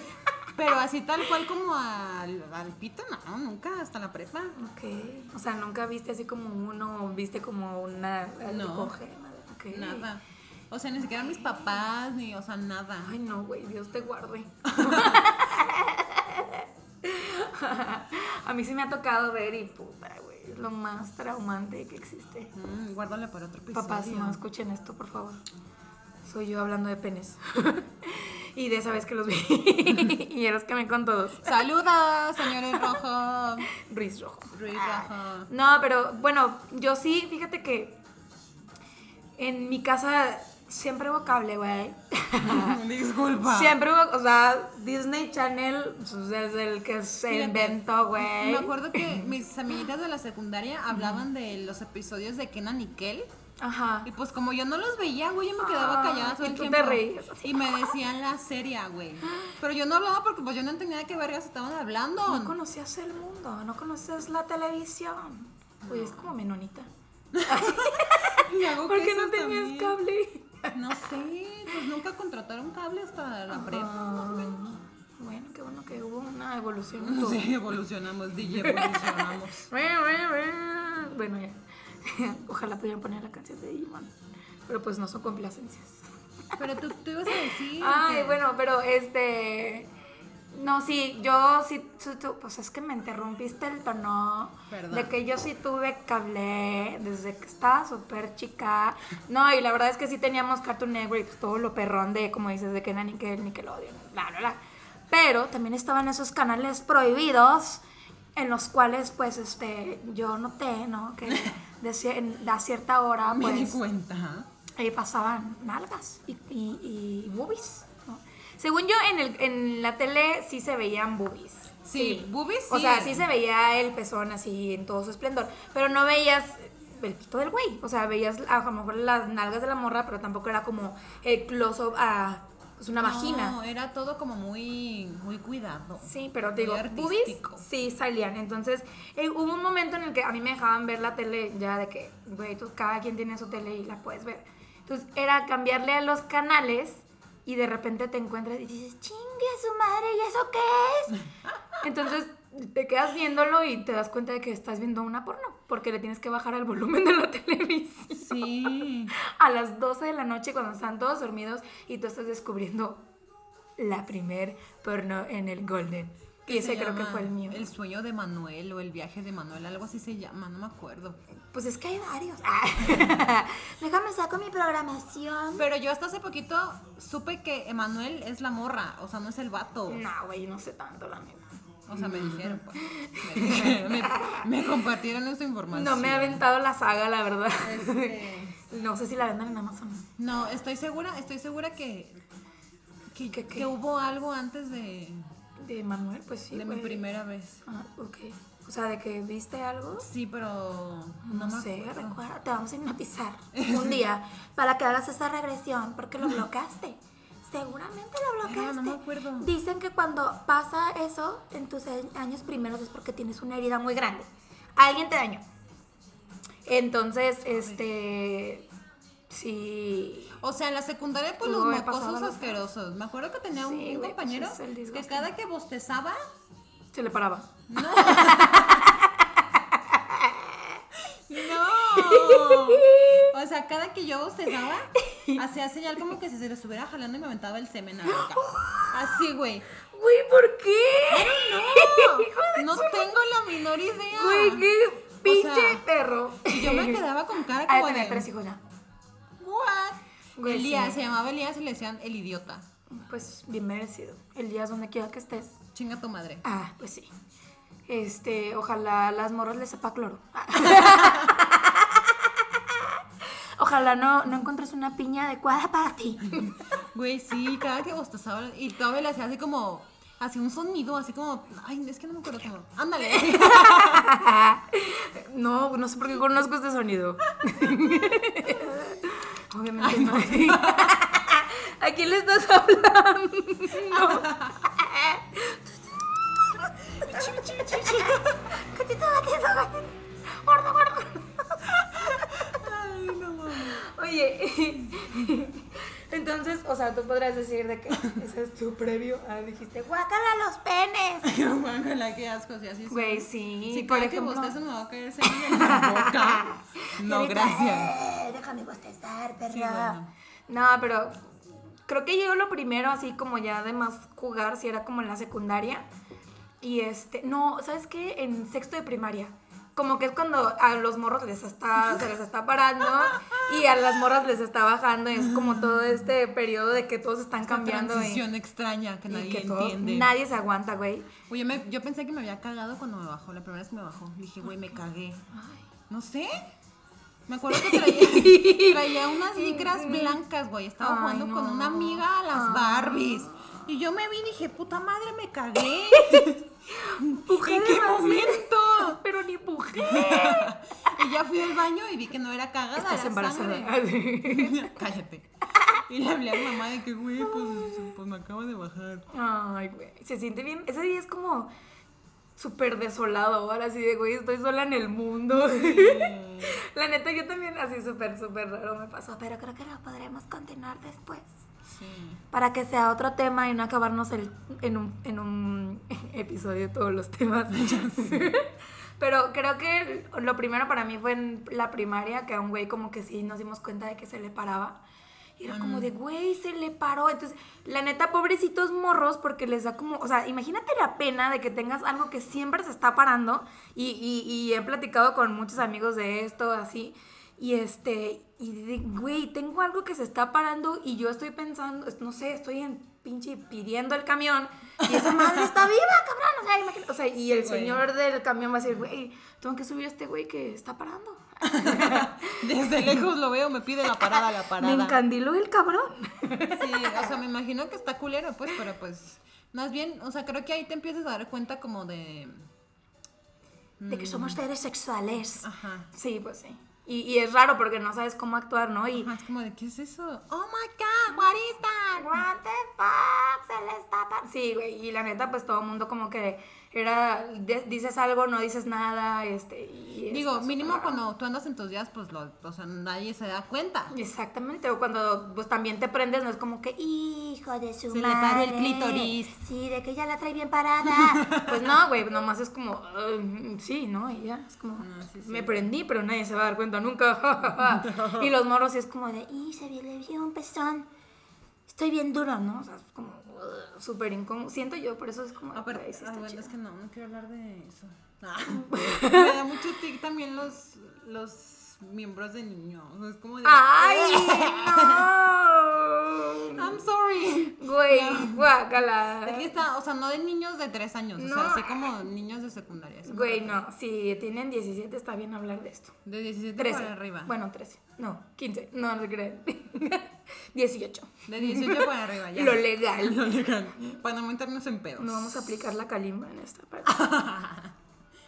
Speaker 3: Pero así tal cual como al, al pito, no, nunca, hasta la prepa.
Speaker 1: Ok. O sea, nunca viste así como uno, viste como una.
Speaker 3: No.
Speaker 1: algo coge, nada, ok.
Speaker 3: Nada. O sea, ni siquiera mis papás, ni, o sea, nada.
Speaker 1: Ay, no, güey, Dios te guarde. a mí sí me ha tocado ver y puta, güey, es lo más traumante que existe.
Speaker 3: Mm, guárdale para otro episodio.
Speaker 1: Papás, no escuchen esto, por favor. Soy yo hablando de penes. y de esa vez que los vi. y eros que me con todos.
Speaker 3: Saluda, señores rojo.
Speaker 1: Ruiz Rojo.
Speaker 3: Ruiz rojo.
Speaker 1: No, pero bueno, yo sí, fíjate que en mi casa siempre hubo cable, güey.
Speaker 3: Disculpa.
Speaker 1: siempre hubo, o sea, Disney Channel pues, desde el que se
Speaker 3: Fíjate,
Speaker 1: inventó, güey.
Speaker 3: Me acuerdo que mis amiguitas de la secundaria hablaban de los episodios de Kenan y Kel.
Speaker 1: Ajá.
Speaker 3: Y pues como yo no los veía, güey, yo me quedaba
Speaker 1: Ah,
Speaker 3: callada todo
Speaker 1: y
Speaker 3: el
Speaker 1: tú te
Speaker 3: tiempo.
Speaker 1: reías así.
Speaker 3: Y me decían la serie, güey. Pero yo no hablaba porque pues yo no entendía de qué vergas estaban hablando.
Speaker 1: No conocías el mundo, no conocías la televisión. Oye, es como menonita.
Speaker 3: Y hago
Speaker 1: ¿Por qué
Speaker 3: quesos
Speaker 1: no
Speaker 3: también.
Speaker 1: tenías cable?
Speaker 3: No sé, pues nunca contrataron cable hasta la prepa.
Speaker 1: Ah, bueno, qué bueno que hubo una evolución. en
Speaker 3: No
Speaker 1: todo.
Speaker 3: sé, evolucionamos, DJ, evolucionamos.
Speaker 1: Bueno, ya. Ojalá pudieran poner la canción de Digimon. Pero pues no son complacencias.
Speaker 3: Pero tú, tú ibas a decir.
Speaker 1: Ay,
Speaker 3: que-
Speaker 1: bueno, pero este. No, sí, yo sí. tú- tú- pues es que me interrumpiste el tono.
Speaker 3: Perdón.
Speaker 1: De que yo sí tuve cable desde que estaba súper chica. No, y la verdad es que sí teníamos Cartoon Network y pues todo lo perrón de, como dices, de que era Nickel, Nickelodeon, bla, bla, bla. Pero también estaban esos canales prohibidos en los cuales, pues, este, yo noté, ¿no? Que de, cier- en- a cierta hora,
Speaker 3: Me di
Speaker 1: pues,
Speaker 3: cuenta.
Speaker 1: eh, pasaban nalgas y, y, y boobies. ¿no? Según yo, en, el, en la tele sí se veían boobies.
Speaker 3: Sí, boobies
Speaker 1: O
Speaker 3: sí
Speaker 1: sea,
Speaker 3: eran.
Speaker 1: sí se veía el pezón así en todo su esplendor, pero no veías el pito del güey. O sea, veías a lo mejor las nalgas de la morra, pero tampoco era como el close-up a pues, una vagina.
Speaker 3: No, era todo como muy, muy cuidado.
Speaker 1: Sí, pero
Speaker 3: Muy
Speaker 1: digo, boobies
Speaker 3: artístico.
Speaker 1: sí salían. Entonces, eh, hubo un momento en el que a mí me dejaban ver la tele ya de que, güey, tú cada quien tiene su tele y la puedes ver. Entonces, era cambiarle a los canales y de repente te encuentras y dices, chingue a su madre, ¿y eso qué es? Entonces, te quedas viéndolo y te das cuenta de que estás viendo una porno, porque le tienes que bajar al volumen de la televisión
Speaker 3: Sí.
Speaker 1: a las 12 de la noche cuando están todos dormidos y tú estás descubriendo la primer porno en el Golden. Y
Speaker 3: que
Speaker 1: ese
Speaker 3: se
Speaker 1: creo que
Speaker 3: llama
Speaker 1: fue el mío.
Speaker 3: El sueño de Manuel o el viaje de Manuel, algo así se llama, no me acuerdo.
Speaker 1: Pues es que hay varios.
Speaker 4: Déjame saco mi programación.
Speaker 3: Pero yo hasta hace poquito supe que Emanuel es la morra, o sea, no es el vato.
Speaker 1: No, güey, no sé tanto la neta.
Speaker 3: O sea, me dijeron, pues. Me, dijeron, me- me compartieron esa información.
Speaker 1: No me ha aventado la saga, la verdad.
Speaker 3: Pues Este,
Speaker 1: No sé si la vendan en Amazon.
Speaker 3: No, estoy segura, estoy segura que, que,
Speaker 1: ¿Que qué?
Speaker 3: que hubo algo antes de,
Speaker 1: De Manuel, pues sí.
Speaker 3: de mi
Speaker 1: güey.
Speaker 3: primera vez.
Speaker 1: Ah, ok. O sea, de que viste algo.
Speaker 3: Sí, pero
Speaker 1: No,
Speaker 3: no, me
Speaker 1: sé,
Speaker 3: acuerdo.
Speaker 1: recuerda, te vamos a hipnotizar.
Speaker 4: Un día, para que hagas esa regresión, porque lo bloqueaste. Seguramente lo bloqueaste.
Speaker 3: Verga, no me acuerdo.
Speaker 4: Dicen que cuando pasa eso en tus a- años primeros es porque tienes una herida muy grande. Alguien te dañó.
Speaker 1: Entonces, este. Sí.
Speaker 3: O sea, en la secundaria, pues
Speaker 1: Pudo
Speaker 3: los
Speaker 1: haber pasado
Speaker 3: mocosos
Speaker 1: algo.
Speaker 3: asquerosos. Me acuerdo que tenía un,
Speaker 1: Sí,
Speaker 3: un
Speaker 1: güey, pues,
Speaker 3: compañero
Speaker 1: es el
Speaker 3: que
Speaker 1: disgusto.
Speaker 3: cada que bostezaba,
Speaker 1: Se le paraba.
Speaker 3: no. no. O sea, cada que yo bostezaba, hacía señal como que si se le estuviera jalando y me aventaba el semen a la boca. Así, güey.
Speaker 1: Güey, ¿por qué?
Speaker 3: No tengo la menor idea.
Speaker 1: Güey, qué pinche
Speaker 3: Ah. sea,
Speaker 1: perro.
Speaker 3: Y yo me quedaba con cara
Speaker 1: Ha de
Speaker 3: como
Speaker 1: tener
Speaker 3: de.
Speaker 1: Ah, tres hijos ya.
Speaker 3: What?
Speaker 1: Güey,
Speaker 3: Elías,
Speaker 1: sí.
Speaker 3: se llamaba Elías y le decían el idiota.
Speaker 1: Pues bien merecido. El día es donde quiera que estés.
Speaker 3: Chinga tu madre.
Speaker 1: Ah, pues sí. Este, ojalá las morras les sepa cloro. Ah. ojalá no, no encuentres una piña adecuada para ti.
Speaker 3: Güey, sí, cada que bostezaba y todavía le hacía así como, así un sonido, así como, ay, es que no me acuerdo cómo. Ándale.
Speaker 1: No, no sé por qué conozco este sonido. Obviamente no. ¿A quién le estás hablando? Gatito, gatito, gatito. Gordo, gordo.
Speaker 3: Ay, no mames.
Speaker 1: Oye, entonces, o sea, tú podrías decir de que ese es tu previo. Ah, dijiste, guácala los penes.
Speaker 3: Ay, no mames, la que asco, sí, así
Speaker 1: Güey,
Speaker 3: soy.
Speaker 1: sí.
Speaker 3: Si
Speaker 1: por
Speaker 3: cada que
Speaker 1: ejemplo.
Speaker 3: bostezo me va a caer sangre en la boca. No, gracias.
Speaker 1: Eh, déjame bostezar, perro.
Speaker 3: Sí, bueno.
Speaker 1: No, pero creo que yo lo primero, así como ya de más jugar, si era como en la secundaria. Y este, no, ¿sabes qué? En sexto de primaria. Como que es cuando a los morros les está, se les está parando y a las morras les está bajando. Y es como todo este periodo de que todos están
Speaker 3: Esta
Speaker 1: cambiando. y-
Speaker 3: transición extraña que
Speaker 1: y
Speaker 3: nadie
Speaker 1: que todo-
Speaker 3: entiende.
Speaker 1: nadie se aguanta, güey.
Speaker 3: Oye, me- yo pensé que me había cagado cuando me bajó, la primera vez que me bajó. Dije, güey, me cagué. No sé. Me acuerdo que traía, traía unas licras blancas, güey. Estaba
Speaker 1: Ay,
Speaker 3: jugando con
Speaker 1: no. Ah.
Speaker 3: una amiga a las Barbies. Y yo me vi y dije, puta madre, me cagué. ¿En qué
Speaker 1: demasiado.
Speaker 3: momento?
Speaker 1: Pero ni empujé.
Speaker 3: Y ya fui al baño y vi que no era cagada.
Speaker 1: Estás
Speaker 3: era
Speaker 1: embarazada. Ah,
Speaker 3: sangre. Cállate. Y le hablé a mi mamá de que, güey, pues, pues me acabo de bajar.
Speaker 1: Ay, güey. Se siente bien. Ese día es como súper desolado. Ahora sí de, güey, estoy sola en el mundo. La neta, yo también así súper, súper raro me pasó.
Speaker 4: Pero creo que lo podremos continuar después.
Speaker 3: Sí.
Speaker 1: Para que sea otro tema y no acabarnos el- en, un, en un episodio todos los temas. Pero creo que lo primero para mí fue en la primaria, que a un güey como que sí nos dimos cuenta de que se le paraba. Y era como de, güey, se le paró. Entonces, la neta, pobrecitos morros, porque les da como, o sea, imagínate la pena de que tengas algo que siempre se está parando. Y, y- y he platicado con muchos amigos de esto, así. Y este, y de, güey, tengo algo que se está parando y yo estoy pensando, es- no sé, estoy en pinche pidiendo el camión. Y esa madre está viva, cabrón. O sea, imagínate. O sea, y el
Speaker 3: Güey.
Speaker 1: señor del camión va a decir, güey, tengo que subir a este güey que está parando.
Speaker 3: Desde lejos lo veo, me pide la parada, la parada.
Speaker 1: Me encandiló el cabrón.
Speaker 3: Sí, o sea, me imagino que está culero, pues, pero pues, más bien, o sea, creo que ahí te empiezas a dar cuenta como de...
Speaker 1: De que somos seres sexuales.
Speaker 3: Ajá.
Speaker 1: Sí, pues sí. Y, y es raro porque no sabes cómo actuar, ¿no? Y,
Speaker 3: Ajá, es como de, ¿qué es eso? ¡Oh, my God! ¿What is that?
Speaker 1: What the fuck, se le está pa- Sí, güey, y la neta, pues todo el mundo como que era, de- dices algo, no dices nada, este, y...
Speaker 3: Digo,
Speaker 1: esto,
Speaker 3: mínimo
Speaker 1: súper raro.
Speaker 3: cuando tú andas en tus días, pues, lo, o sea, nadie se da cuenta.
Speaker 1: Exactamente, o cuando pues también te prendes, no es como que... "Y,
Speaker 4: Hijo de su
Speaker 3: Se le
Speaker 4: madre.
Speaker 3: paró el clítoris.
Speaker 4: Sí, de que ya la trae bien parada.
Speaker 1: Pues no, güey, nomás es como, "Ay, sí, ¿no? Y ya, es como,
Speaker 3: Ah,
Speaker 1: me prendí, pero nadie se va a dar cuenta nunca. y los morros sí es como de,
Speaker 4: y se le vio un pezón.
Speaker 1: estoy bien duro, ¿no? O sea, es como "Ugh", súper incómodo. Siento yo, por eso es como...
Speaker 3: Ah, pero,
Speaker 1: "Ay, sí
Speaker 3: ah,
Speaker 1: está
Speaker 3: bueno,
Speaker 1: chido".
Speaker 3: es que no, no quiero hablar de eso. Ah, me da mucho tic también los, los miembros de niño. o sea, es como de...
Speaker 1: ¡Ay, no!
Speaker 3: I'm sorry.
Speaker 1: Güey,
Speaker 3: Es que
Speaker 1: guácala.
Speaker 3: está, o sea, no de niños de tres años, o
Speaker 1: No.
Speaker 3: sea, así como niños de secundaria. así
Speaker 1: Güey, no, si tienen 17 está bien hablar de esto.
Speaker 3: De 17
Speaker 1: 13.
Speaker 3: para arriba.
Speaker 1: Bueno, 13. No, 15. No, no se creen. 18.
Speaker 3: De 18 para arriba, ya.
Speaker 1: Lo legal.
Speaker 3: Lo legal. Para no meternos en pedos.
Speaker 1: No vamos a aplicar la calimba en esta parte.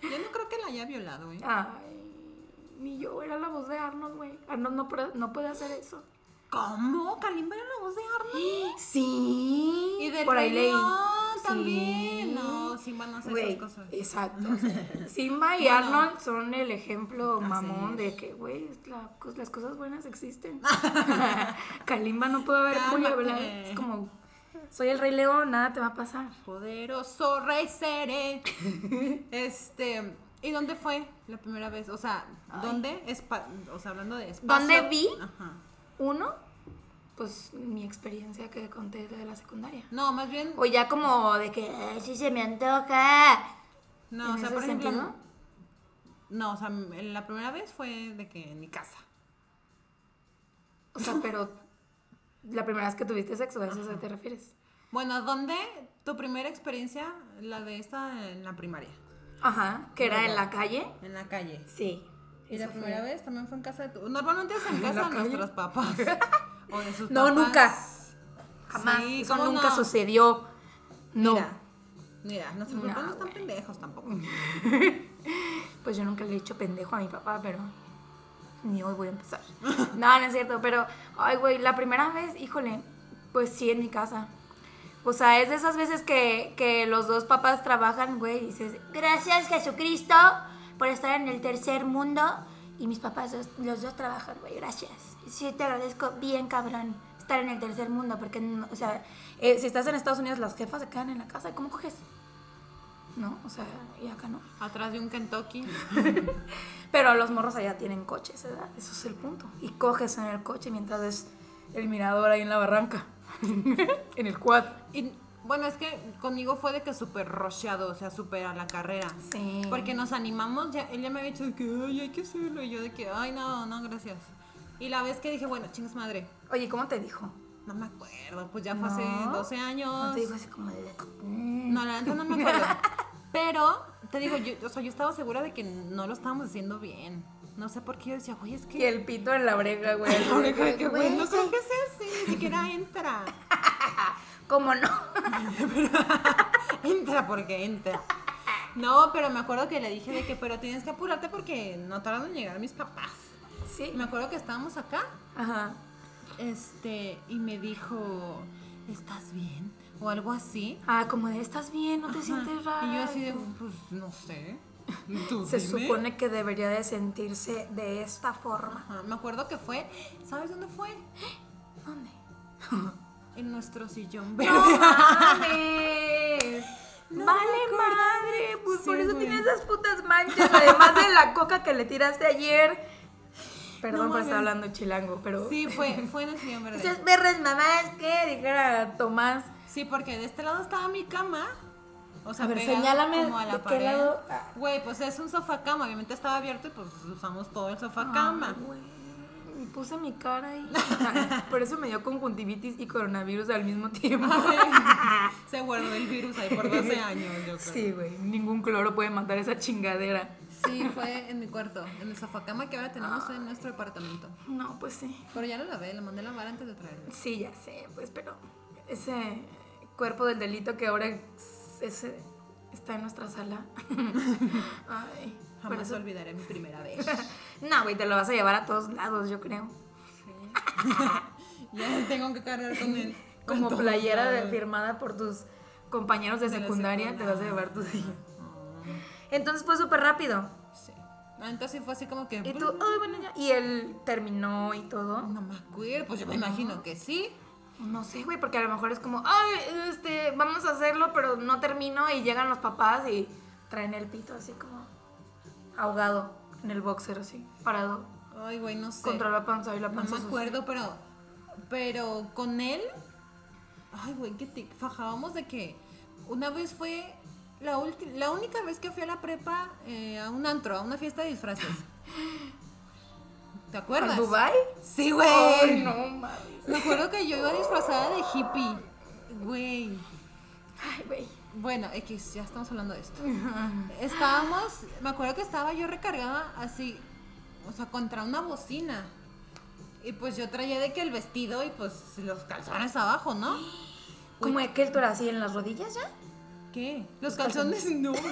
Speaker 3: Yo no creo que la haya violado, ¿eh?
Speaker 1: Ay, ni yo era la voz de Arnold, güey. Arnold no, puede- no puede hacer eso.
Speaker 3: ¿Cómo? Kalimba era la voz de Arnold.
Speaker 1: Sí.
Speaker 3: Y del
Speaker 1: por ahí
Speaker 3: Rey
Speaker 1: leí.
Speaker 3: León
Speaker 1: Sí.
Speaker 3: también. No, Simba no hace
Speaker 1: Güey,
Speaker 3: esas cosas.
Speaker 1: Exacto. o sea, Simba y Arnold son el ejemplo mamón de que, güey, la- cos- las cosas buenas existen. Kalimba no puede haber muy
Speaker 3: Cálmate.
Speaker 1: hablar. Es como, soy el Rey León, nada te va a pasar.
Speaker 3: Poderoso rey seré. este, ¿y dónde fue la primera vez? O sea, ¿dónde? Espa- o sea, hablando de espacio.
Speaker 1: ¿Dónde vi?
Speaker 3: Ajá.
Speaker 1: Uno, pues mi experiencia que conté de la secundaria.
Speaker 3: No, más bien
Speaker 1: O ya como de que,
Speaker 4: Ay, sí se me antoja.
Speaker 3: No,
Speaker 1: ¿En
Speaker 3: o sea,
Speaker 1: ese
Speaker 3: por ejemplo.
Speaker 1: sentido?
Speaker 3: No, o sea, m- la primera vez fue de que en mi casa.
Speaker 1: o sea, pero la primera vez que tuviste sexo, ¿a eso se te refieres?
Speaker 3: Bueno, ¿dónde tu primera experiencia? La de esta en la primaria.
Speaker 1: Ajá, que era en la calle.
Speaker 3: En la calle.
Speaker 1: Sí.
Speaker 3: ¿Y la
Speaker 1: Eso fue.
Speaker 3: primera vez también fue en casa de tu... Normalmente es en casa
Speaker 1: la
Speaker 3: de
Speaker 1: calle.
Speaker 3: nuestros papás. o de sus
Speaker 1: No,
Speaker 3: papás.
Speaker 1: nunca. Jamás.
Speaker 3: Sí,
Speaker 1: Eso
Speaker 3: ¿cómo
Speaker 1: nunca
Speaker 3: no?
Speaker 1: sucedió. No.
Speaker 3: Mira, mira, nuestros
Speaker 1: No,
Speaker 3: papás no están
Speaker 1: güey.
Speaker 3: pendejos tampoco.
Speaker 1: Pues yo nunca le he dicho pendejo a mi papá, pero ni hoy voy a empezar. No, no es cierto, pero, ay, güey, la primera vez, híjole, pues sí, en mi casa. O sea, es de esas veces que, que los dos papás trabajan, güey, y dices, gracias Jesucristo por estar en el tercer mundo. Y mis papás, los, los dos trabajan, güey, gracias. Sí, te agradezco bien, cabrón, estar en el tercer mundo, porque, no- o sea, eh, si estás en Estados Unidos, las jefas se quedan en la casa, ¿cómo coges? No, o sea, y acá no.
Speaker 3: Atrás de un Kentucky.
Speaker 1: Pero los morros allá tienen coches, ¿verdad? Eso es el punto. Y coges en el coche mientras es el mirador ahí en la barranca. en el quad.
Speaker 3: Y bueno, es que conmigo fue de que súper rocheado, o sea, súper a la carrera.
Speaker 1: Sí.
Speaker 3: Porque nos animamos, ya, él ya me había dicho de que, ay, hay que hacerlo. Y yo de que, ay, no, no, gracias. Y la vez que dije, bueno, chingas madre,
Speaker 1: Oye, ¿cómo te dijo?
Speaker 3: no me acuerdo, pues ya fue hace
Speaker 1: No.
Speaker 3: 12 años.
Speaker 1: No te dijo así como de... "Mm".
Speaker 3: No, la neta no me acuerdo. Pero, te digo, yo, o sea, yo estaba segura de que no lo estábamos haciendo bien. No sé por qué yo decía, güey, es que.
Speaker 1: Y el pito en la brega, güey.
Speaker 3: que, güey, no
Speaker 1: Güey,
Speaker 3: creo que sea así, ni siquiera entra.
Speaker 1: ¿Cómo no?
Speaker 3: entra porque entra. No, pero me acuerdo que le dije de que, pero tienes que apurarte porque no tardan en llegar mis papás.
Speaker 1: Sí.
Speaker 3: Me acuerdo que estábamos acá,
Speaker 1: Ajá.
Speaker 3: este, y me dijo, ¿estás bien? O algo así.
Speaker 1: Ah, como de, ¿estás bien? ¿No te sientes
Speaker 3: Ajá.
Speaker 1: raro?
Speaker 3: Y yo así de, pues, no sé. Tú
Speaker 1: Se
Speaker 3: dime".
Speaker 1: supone que debería de sentirse de esta forma.
Speaker 3: Ajá, Me acuerdo que fue, ¿sabes dónde fue?
Speaker 1: ¿Dónde?
Speaker 3: En nuestro sillón verde.
Speaker 1: ¡No mames!
Speaker 3: No
Speaker 1: vale
Speaker 3: me acordaba.
Speaker 1: madre, pues por
Speaker 3: Sí,
Speaker 1: eso
Speaker 3: güey.
Speaker 1: tiene esas putas manchas, además de la coca que le tiraste ayer. Perdón
Speaker 3: No
Speaker 1: por estar
Speaker 3: mames.
Speaker 1: hablando chilango, pero.
Speaker 3: Sí, fue, fue en el sillón verde.
Speaker 1: Esas perras mamás que dijera Tomás.
Speaker 3: Sí, porque de este lado estaba mi cama. O sea,
Speaker 1: A ver,
Speaker 3: pegada
Speaker 1: señálame
Speaker 3: como a la
Speaker 1: de qué
Speaker 3: pared.
Speaker 1: lado- ah.
Speaker 3: Güey, pues es un sofá cama, obviamente estaba abierto y pues usamos todo el
Speaker 1: Ah.
Speaker 3: sofá cama.
Speaker 1: Ay, güey, Puse mi cara ahí. Por eso me dio conjuntivitis y coronavirus al mismo tiempo.
Speaker 3: Se guardó el virus ahí por 12 años, yo creo.
Speaker 1: Sí, güey. Ningún cloro puede matar esa chingadera.
Speaker 3: Sí, fue en mi cuarto, en el sofá cama que ahora tenemos en nuestro departamento.
Speaker 1: No, pues sí.
Speaker 3: Pero ya lo lavé, lo mandé a lavar antes de traerlo.
Speaker 1: Sí, ya sé, pues, pero ese cuerpo del delito que ahora es- ese está en nuestra sala. Ay, por
Speaker 3: Jamás
Speaker 1: eso-
Speaker 3: olvidaré mi primera vez.
Speaker 1: No, güey, te lo vas a llevar a todos lados, yo creo.
Speaker 3: ya tengo que cargar con él.
Speaker 1: Como
Speaker 3: Con todo.
Speaker 1: playera de- firmada por tus compañeros de,
Speaker 3: De la
Speaker 1: secundaria, te vas a llevar tu
Speaker 3: secundaria. Ah.
Speaker 1: Entonces fue súper rápido.
Speaker 3: Sí. Ah, Entonces fue así como que.
Speaker 1: Y tú, ay, bueno, ya. Y él terminó y todo.
Speaker 3: No me acuerdo, pues yo me imagino que sí.
Speaker 1: No sé, güey, porque a lo mejor es como, ay, este, vamos a hacerlo, pero no termino y llegan los papás y traen el pito así como ahogado en el boxer así, parado
Speaker 3: Ay, güey, no sé.
Speaker 1: contra la panza y la
Speaker 3: No
Speaker 1: panza.
Speaker 3: me
Speaker 1: sus-
Speaker 3: acuerdo, pero. Pero con él. Ay, güey, que te fajábamos de que. Una vez fue. La, ulti- la única vez que fui a la prepa eh, a un antro, a una fiesta de disfraces. ¿Te
Speaker 1: ¿En
Speaker 3: acuerdas?
Speaker 1: Dubai?
Speaker 3: Sí, güey.
Speaker 1: Ay, no mames.
Speaker 3: Me acuerdo que yo iba disfrazada de hippie. Güey.
Speaker 1: Ay, güey.
Speaker 3: Bueno, X, ya estamos hablando de esto. Estábamos, me acuerdo que estaba yo recargada así, o sea, contra una bocina. Y pues yo traía de que el vestido y pues los calzones abajo, ¿no?
Speaker 1: Como aquel tú así en las rodillas ya.
Speaker 3: ¿Qué? Los calzones no. yo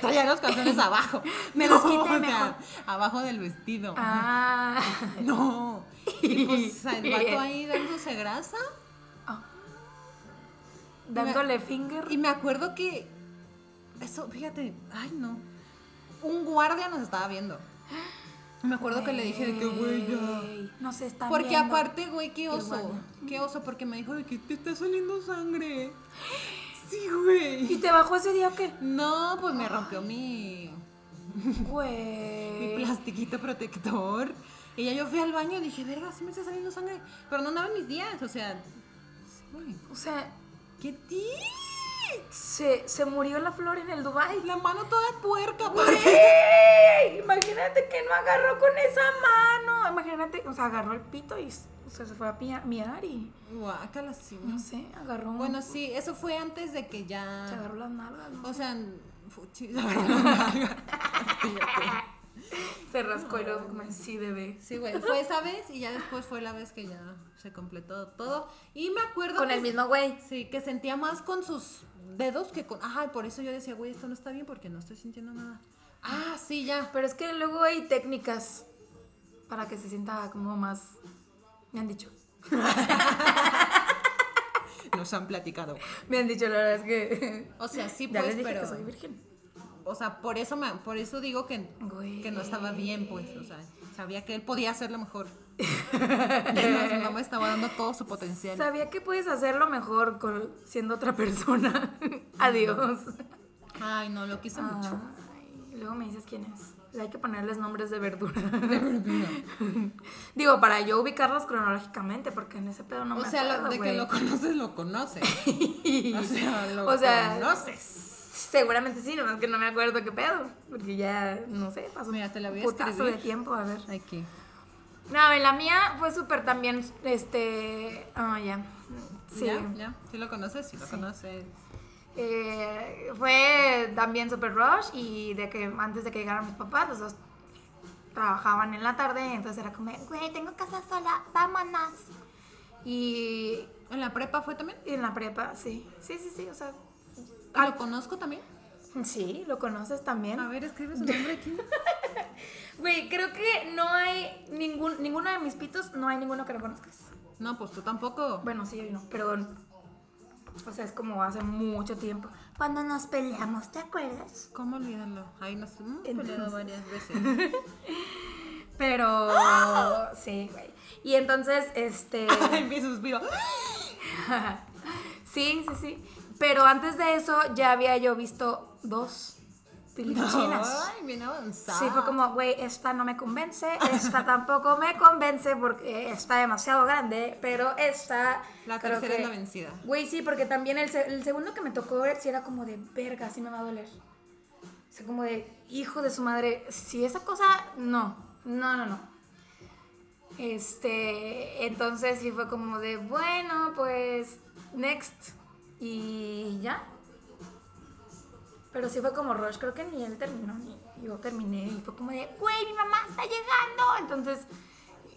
Speaker 3: traía los calzones abajo.
Speaker 1: Me los
Speaker 3: No,
Speaker 1: quité
Speaker 3: o sea,
Speaker 1: mejor.
Speaker 3: Abajo del vestido.
Speaker 1: Ah.
Speaker 3: No. Y pues el vato ahí dándose grasa.
Speaker 1: Dándole finger.
Speaker 3: Y me acuerdo que. Eso, fíjate, ay no. Un guardia nos estaba viendo. Y Me acuerdo que le dije de que, güey, ya.
Speaker 1: Ey, No se está
Speaker 3: Porque
Speaker 1: viendo.
Speaker 3: aparte, güey, qué oso.
Speaker 1: guardia.
Speaker 3: Qué oso, porque me dijo de que te está saliendo sangre. Sí, güey.
Speaker 1: ¿Y te bajó ese día o qué?
Speaker 3: No, pues me rompió mi, mi
Speaker 1: Güey.
Speaker 3: plastiquito protector. Y ya yo fui al baño y dije, verga, sí me está saliendo sangre. Pero no andaba en mis días, o sea. sí, güey.
Speaker 1: O sea,
Speaker 3: ¿Qué ti?
Speaker 1: se, se murió la flor en el Dubai.
Speaker 3: La mano toda puerca, güey.
Speaker 1: ¡Ey! Imagínate que no agarró con esa mano. Imagínate, o sea, agarró el pito y s- o sea, se fue a pia- miar y
Speaker 3: Guácala, sí, güey.
Speaker 1: no sé, agarró. un-
Speaker 3: Bueno, sí, eso fue antes de que
Speaker 1: se
Speaker 3: ya.
Speaker 1: agarró las nalgas. ¿no?
Speaker 3: O sea, fuchi, la verdad.
Speaker 1: Se rascó el ojo como así de bebé.
Speaker 3: Sí, güey, fue esa vez y ya después fue la vez que ya se completó todo. Y me acuerdo
Speaker 1: Con
Speaker 3: que
Speaker 1: el mismo güey.
Speaker 3: Sí, que sentía más con sus dedos que con... Ajá, por eso yo decía, güey, esto no está bien porque no estoy sintiendo nada. Ah, sí, ya.
Speaker 1: Pero es que luego hay técnicas para que se sienta como más. Me han dicho.
Speaker 3: Nos han platicado.
Speaker 1: Me han dicho, la verdad es que.
Speaker 3: O sea, sí,
Speaker 1: ya
Speaker 3: pues,
Speaker 1: les dije
Speaker 3: pero...
Speaker 1: que soy virgen.
Speaker 3: O sea, por eso, me, por eso digo que,
Speaker 1: Güey.
Speaker 3: que no estaba bien, pues. O sea, sabía que él podía hacerlo mejor. no, no me estaba dando todo su potencial.
Speaker 1: Sabía que puedes hacerlo mejor con- siendo otra persona. Adiós.
Speaker 3: Ay, no, lo
Speaker 1: Ah,
Speaker 3: quise mucho.
Speaker 1: Ay, luego me dices quién es. Pues hay que ponerles nombres de verdura. Digo, para yo ubicarlos cronológicamente, porque en ese pedo no
Speaker 3: o
Speaker 1: me
Speaker 3: sea, lo-
Speaker 1: acuerdo,
Speaker 3: de que
Speaker 1: güey.
Speaker 3: lo conoces, lo conoces. O sea, lo
Speaker 1: O sea,
Speaker 3: conoces.
Speaker 1: Seguramente sí, nomás que no me acuerdo qué pedo. Porque ya, no sé, pasó
Speaker 3: Mira, te la voy
Speaker 1: un
Speaker 3: a
Speaker 1: putazo de
Speaker 3: escribir.
Speaker 1: tiempo, a ver.
Speaker 3: Aquí.
Speaker 1: No, y la mía fue súper también, este... Ah, ya. Sí.
Speaker 3: ¿Ya? ¿Ya? ¿Sí lo conoces? Sí lo conoces.
Speaker 1: Eh, fue también super rush y de que antes de que llegaran mis papás, los dos trabajaban en la tarde, entonces era como, güey, tengo casa sola, vámonos. Y
Speaker 3: ¿En la prepa fue también?
Speaker 1: y en la prepa, sí, sí, sí, sí, o sea, Ah.
Speaker 3: ¿Lo conozco también?
Speaker 1: sí, lo conoces también.
Speaker 3: A ver, escribe su nombre aquí.
Speaker 1: Güey, creo que no hay ningún, ninguno de mis pitos, no hay ninguno que lo conozcas.
Speaker 3: No, pues tú tampoco.
Speaker 1: Bueno, sí, yo no, perdón. O sea, es como hace mucho tiempo. Cuando nos peleamos, ¿te acuerdas?
Speaker 3: ¿Cómo olvidarlo? Ahí nos hemos peleado
Speaker 1: Entonces.
Speaker 3: varias veces.
Speaker 1: Pero sí, güey. Y entonces, este.
Speaker 3: Ay, mi suspiro.
Speaker 1: sí, sí, sí. Pero antes de eso ya había yo visto dos pilichinas.
Speaker 3: Ay, bien avanzada.
Speaker 1: Sí, fue como, güey, esta no me convence, esta tampoco me convence porque está demasiado grande, pero esta...
Speaker 3: La
Speaker 1: creo
Speaker 3: tercera
Speaker 1: que-
Speaker 3: es la vencida.
Speaker 1: Güey, sí, porque también el, se- el segundo que me tocó ver sí era como de verga, sí me va a doler. O sea, como de hijo de su madre. Si esa cosa, no, no, no, no. Este, entonces sí fue como de, bueno, pues, next. Y ya. Pero sí fue como rush, creo que ni él terminó, ni yo terminé. Y fue como de, güey, mi mamá está llegando. Entonces,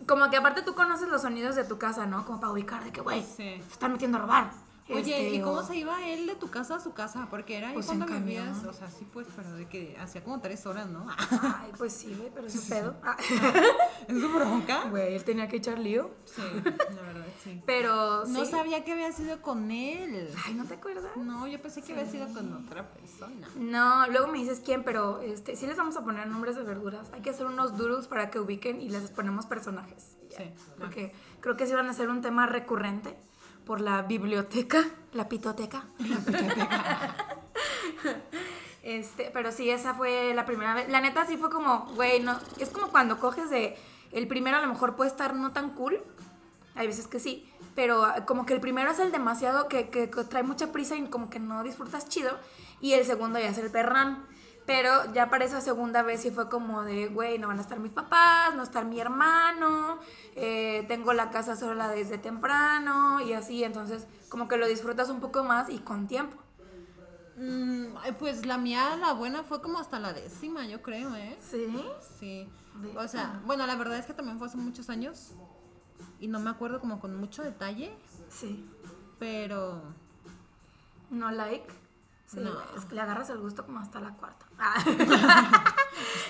Speaker 1: como que aparte tú conoces los sonidos de tu casa, ¿no? Como para ubicar de que, güey,
Speaker 3: Sí.
Speaker 1: se están metiendo a robar.
Speaker 3: Oye,
Speaker 1: Este,
Speaker 3: ¿y cómo
Speaker 1: o-
Speaker 3: se iba él de tu casa a su casa? Porque era ahí
Speaker 1: Pues en
Speaker 3: cuando
Speaker 1: camión.
Speaker 3: vivías. O sea, sí, pues, pero de que hacía como tres horas, ¿no?
Speaker 1: Ay, pues sí, güey, pero es un pedo. Ah.
Speaker 3: ¿Es su bronca?
Speaker 1: Güey, él tenía que echar lío.
Speaker 3: Sí, la verdad, sí.
Speaker 1: Pero
Speaker 3: No
Speaker 1: sí.
Speaker 3: sabía que había sido con él.
Speaker 1: Ay, ¿no te acuerdas?
Speaker 3: No, yo pensé que había sido con otra persona.
Speaker 1: No, luego me dices quién, pero este, sí les vamos a poner nombres de verduras. Hay que hacer unos doodles para que ubiquen y les ponemos personajes. y ya.
Speaker 3: Sí,
Speaker 1: Porque creo que sí van a ser un tema recurrente por la biblioteca, la pitoteca. Este, pero sí, esa fue la primera vez. La neta sí fue como, güey, no. Es como cuando coges de. El primero a lo mejor puede estar no tan cool. Hay veces que sí. Pero ah, como que el primero es el demasiado que, que- que trae mucha prisa y como que no disfrutas chido. Y el segundo ya es el perrán. Pero ya para esa segunda vez sí fue como de, güey, no van a estar mis papás, no va a estar mi hermano, eh, tengo la casa sola desde temprano y así. Entonces como que lo disfrutas un poco más y con tiempo.
Speaker 3: Mm, ay, pues la mía, la buena, fue como hasta la décima, yo creo, ¿eh?
Speaker 1: ¿Sí?
Speaker 3: Sí. O sea, bueno, la verdad es que también fue hace muchos años y no me acuerdo como con mucho detalle,
Speaker 1: Sí.
Speaker 3: pero
Speaker 1: No like. Sí,
Speaker 3: No.
Speaker 1: güey, es que le agarras el gusto como hasta la cuarta. Ah.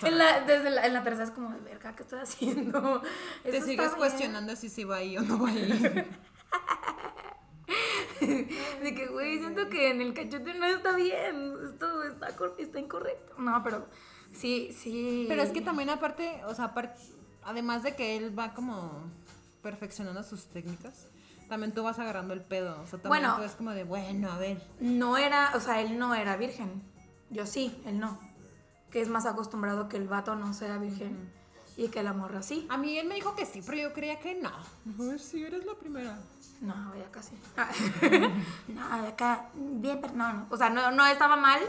Speaker 1: en, la, desde la, en la tercera es como, verga, ¿qué estoy haciendo?
Speaker 3: te
Speaker 1: Eso
Speaker 3: sigues
Speaker 1: está bien.
Speaker 3: cuestionando si sí va ahí o no va ahí.
Speaker 1: De que, güey, siento que en el cachete no está bien. Esto está, cor- está incorrecto. No, pero sí, sí.
Speaker 3: pero es que también aparte, o sea, apar- además de que él va como perfeccionando sus técnicas, también tú vas agarrando el pedo, o sea, también
Speaker 1: Bueno.
Speaker 3: tú es como de, bueno, a ver.
Speaker 1: No era, o sea, él no era virgen. Yo sí, él no. Que es más acostumbrado que el vato no sea virgen y que la morra sí.
Speaker 3: A mí él me dijo que sí, pero yo creía que no. Ay, sí, eres la primera.
Speaker 1: No, güey, acá sí. no, acá bien, pero no, no. O sea, no, no estaba mal,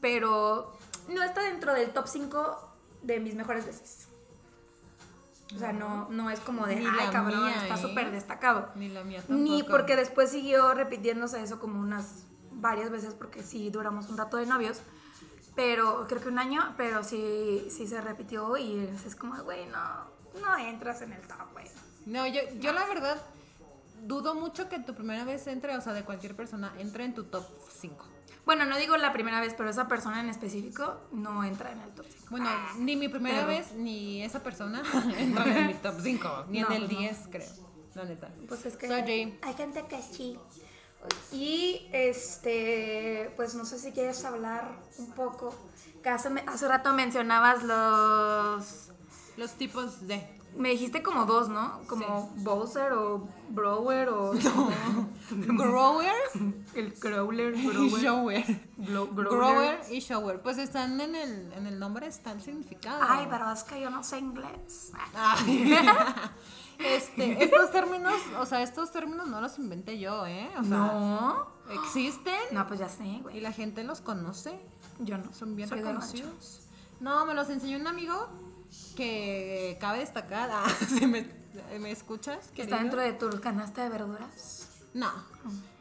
Speaker 1: pero no está dentro del top 5 de mis mejores veces. O sea, no, no es como de,
Speaker 3: Ni
Speaker 1: ay,
Speaker 3: la
Speaker 1: cabrón,
Speaker 3: mía,
Speaker 1: está
Speaker 3: ¿eh?
Speaker 1: súper destacado.
Speaker 3: Ni la mía
Speaker 1: Ni
Speaker 3: tampoco.
Speaker 1: porque después siguió repitiéndose eso como unas varias veces, porque sí duramos un rato de novios. Pero creo que un año, pero sí, sí se repitió y es como, güey, no, no entras en el top, güey.
Speaker 3: No, yo, yo la verdad dudo mucho que tu primera vez entre, o sea, de cualquier persona, entre en tu top 5.
Speaker 1: Bueno, no digo la primera vez, pero esa persona en específico no entra en el top 5.
Speaker 3: Bueno, ni mi primera
Speaker 1: pero-
Speaker 3: vez, ni esa persona entran en mi top 5, ni
Speaker 1: No, pues
Speaker 3: en el
Speaker 1: no.
Speaker 3: 10, creo. La neta.
Speaker 1: Pues es que
Speaker 3: Sorry.
Speaker 4: Hay gente que sí.
Speaker 1: Y este, pues no sé si quieres hablar un poco. que Hace, hace rato mencionabas los.
Speaker 3: Los tipos de.
Speaker 1: Me dijiste como dos, ¿no? Como Bowser o Brower o. este,
Speaker 3: Grower
Speaker 1: El Crowler,
Speaker 3: y
Speaker 1: Grower.
Speaker 3: shower.
Speaker 1: Glo- growler.
Speaker 3: Grower y shower. Pues están en el, en el nombre, está el significado.
Speaker 1: Ay, pero es que yo no sé inglés. Ah,
Speaker 3: Ay. Este, estos términos, o sea, estos términos no los inventé yo, ¿eh? O sea,
Speaker 1: No.
Speaker 3: existen
Speaker 1: No, pues ya sé,
Speaker 3: y
Speaker 1: güey.
Speaker 3: la gente los conoce,
Speaker 1: Yo no.
Speaker 3: son bien
Speaker 1: Soy de rancho.
Speaker 3: reconocidos. No, me los enseñó un amigo que cabe destacar, ah, si me, me escuchas,
Speaker 1: Que está
Speaker 3: querido?
Speaker 1: dentro de Ah. tu canasta de verduras.
Speaker 3: No,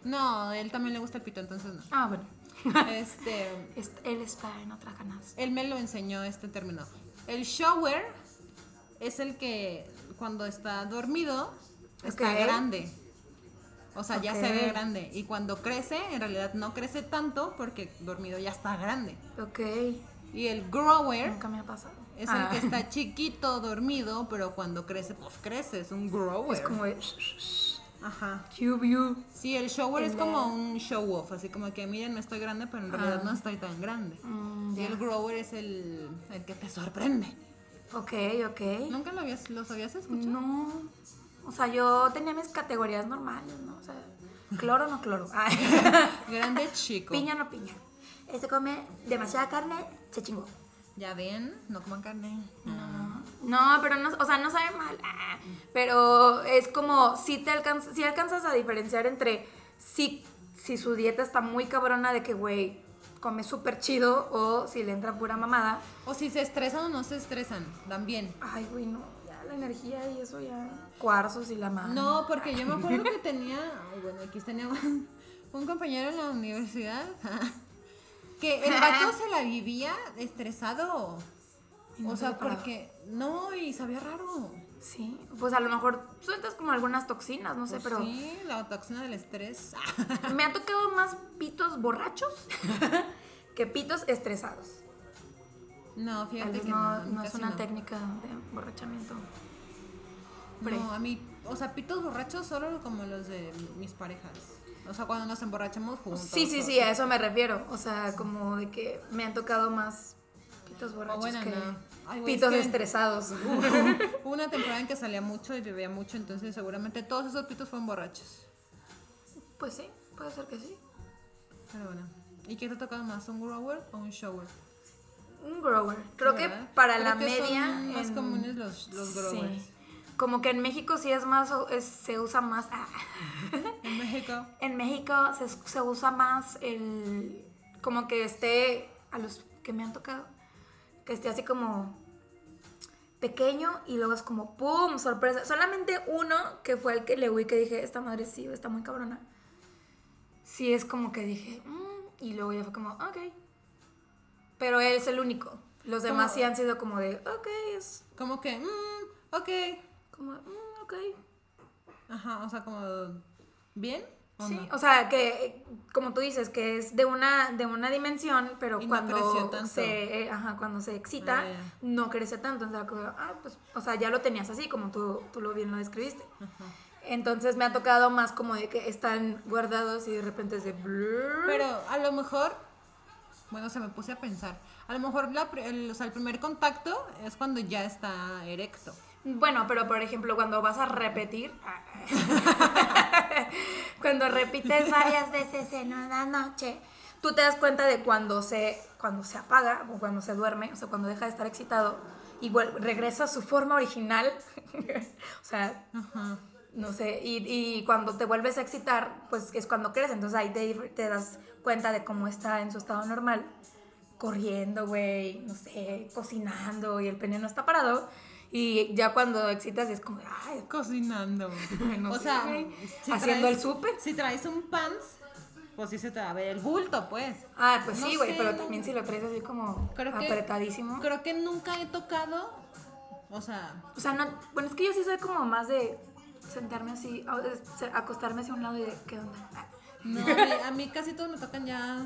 Speaker 3: no, él también le gusta el pito, entonces no.
Speaker 1: Ah, bueno.
Speaker 3: Este,
Speaker 1: Es- Él está en otra canasta.
Speaker 3: Él me lo enseñó este término. El shower es el que cuando está dormido está
Speaker 1: Ok.
Speaker 3: grande. O sea, ya se
Speaker 1: Ok.
Speaker 3: ve grande. Y cuando crece, en realidad no crece tanto porque dormido ya está grande.
Speaker 1: Ok.
Speaker 3: Y el grower
Speaker 1: Nunca me ha pasado.
Speaker 3: es
Speaker 1: Ah.
Speaker 3: el que está chiquito, dormido, pero cuando crece, pues crece. Es un grower.
Speaker 1: Es como de. "Shh, shh, shh,
Speaker 3: Ajá.
Speaker 1: Cube you.
Speaker 3: Sí, el shower es
Speaker 1: El,
Speaker 3: como
Speaker 1: eh,
Speaker 3: un show off, así como que miren, no estoy grande, pero en realidad
Speaker 1: Ah.
Speaker 3: no estoy tan grande.
Speaker 1: Mm,
Speaker 3: Y
Speaker 1: ya.
Speaker 3: el grower es el, el que te sorprende.
Speaker 1: Ok, ok. No.
Speaker 3: ¿Nunca lo habías, los habías escuchado?
Speaker 1: O sea, yo tenía mis categorías normales, ¿no? O sea, cloro no cloro. Ay.
Speaker 3: Grande chico.
Speaker 1: piña no piña.
Speaker 4: Este come demasiada carne, se chingó.
Speaker 3: Ya ven, no coman carne.
Speaker 1: No, pero no, o sea, no sabe mal. ah, pero es como si te alcanzas, si alcanzas a diferenciar entre si, si su dieta está muy cabrona de que, güey, come súper chido o si le entra pura mamada.
Speaker 3: O si se estresan o no se estresan, también.
Speaker 1: Ay, güey, no, ya la energía y eso ya. Cuarzos y la madre.
Speaker 3: No, porque yo me acuerdo que tenía, ay, bueno, aquí tenía un, un compañero en la universidad que el vato se la vivía estresado.
Speaker 1: Y no
Speaker 3: O
Speaker 1: se le
Speaker 3: sea,
Speaker 1: paraba.
Speaker 3: porque no, y sabía raro.
Speaker 1: Sí, pues a lo mejor sueltas como algunas toxinas, no sé,
Speaker 3: Pues
Speaker 1: pero
Speaker 3: Sí, la toxina del estrés.
Speaker 1: me ha tocado más pitos borrachos que pitos estresados.
Speaker 3: No,
Speaker 1: Tal
Speaker 3: fíjate
Speaker 1: vez
Speaker 3: que
Speaker 1: no,
Speaker 3: a mí
Speaker 1: no es
Speaker 3: casi
Speaker 1: una
Speaker 3: no.
Speaker 1: técnica de borrachamiento. Pre.
Speaker 3: No, a mí, o sea, pitos borrachos solo como los de mis parejas. O sea, cuando nos emborrachamos juntos.
Speaker 1: Sí, sí,
Speaker 3: o-
Speaker 1: sí, a eso me refiero. O sea, como de que me han tocado más pitos
Speaker 3: o
Speaker 1: borrachos
Speaker 3: Oh, bueno,
Speaker 1: que
Speaker 3: no. Ay, güey, es
Speaker 1: pitos
Speaker 3: que
Speaker 1: estresados. eh.
Speaker 3: Hubo una temporada en que salía mucho y bebía mucho, entonces seguramente todos esos pitos fueron borrachos.
Speaker 1: Pues sí, puede ser que sí.
Speaker 3: Pero bueno. ¿Y qué te ha tocado más, un grower o un shower?
Speaker 1: Un grower. Creo que
Speaker 3: ¿Verdad?
Speaker 1: para
Speaker 3: Creo
Speaker 1: la
Speaker 3: que son
Speaker 1: media.
Speaker 3: más
Speaker 1: en-
Speaker 3: comunes los- los growers.
Speaker 1: Sí. Como que en México sí es más, o- es- se usa más. ah.
Speaker 3: En México.
Speaker 1: En México se, se usa más el. Como que esté. A los que me han tocado. Que esté así como. Pequeño y luego es como ¡pum! Sorpresa. Solamente uno que fue el que le huí que dije: Esta madre sí, está muy cabrona. Sí, es como que dije. "Mm", y luego ya fue como: Ok. Pero él es el único. Los demás
Speaker 3: Como-
Speaker 1: sí han sido como de: Ok, es.
Speaker 3: Como que, mm, ok.
Speaker 1: Como, "Mm, ok.
Speaker 3: Ajá, o sea, como, ¿bien? ¿O
Speaker 1: Sí,
Speaker 3: no?
Speaker 1: o sea, que eh, como tú dices, que es de una, de una dimensión, pero
Speaker 3: Y no creció
Speaker 1: cuando,
Speaker 3: tanto.
Speaker 1: se, eh, ajá, cuando se excita,
Speaker 3: Ah, ya.
Speaker 1: no crece tanto. O sea, como, ah, pues, o sea, ya lo tenías así, como tú, tú lo bien lo describiste. Entonces me ha tocado más como de que están guardados y de repente es de... blur.
Speaker 3: Pero a lo mejor, bueno, se me puse a pensar. A lo mejor la pri- el, o sea, el primer contacto es cuando ya está erecto.
Speaker 1: Bueno, pero por ejemplo, cuando vas a repetir, cuando repites varias veces en una noche, tú te das cuenta de cuando se, cuando se apaga o cuando se duerme, o sea, cuando deja de estar excitado y vuel- regresa a su forma original. o sea, no sé, y, y cuando te vuelves a excitar, pues es cuando crees, entonces ahí te, te das cuenta de cómo está en su estado normal, corriendo, güey, no sé, cocinando y el pene no está parado. Y ya cuando excitas es como, ay,
Speaker 3: Cocinando.
Speaker 1: No
Speaker 3: o
Speaker 1: sé,
Speaker 3: sea,
Speaker 1: güey. Haciendo el súper.
Speaker 3: Si traes un pants, Pues sí se te va a ver el bulto, pues.
Speaker 1: Ah, pues
Speaker 3: No
Speaker 1: sí, güey,
Speaker 3: sé,
Speaker 1: pero
Speaker 3: no-
Speaker 1: también si lo traes así como
Speaker 3: Creo que-
Speaker 1: apretadísimo.
Speaker 3: Creo que nunca he tocado. O sea,
Speaker 1: O sea, no, bueno, es que yo sí soy como más de sentarme así, a- es- se- acostarme hacia un lado y de, ¿qué onda? Ah.
Speaker 3: no, a mí, a mí casi todos me tocan ya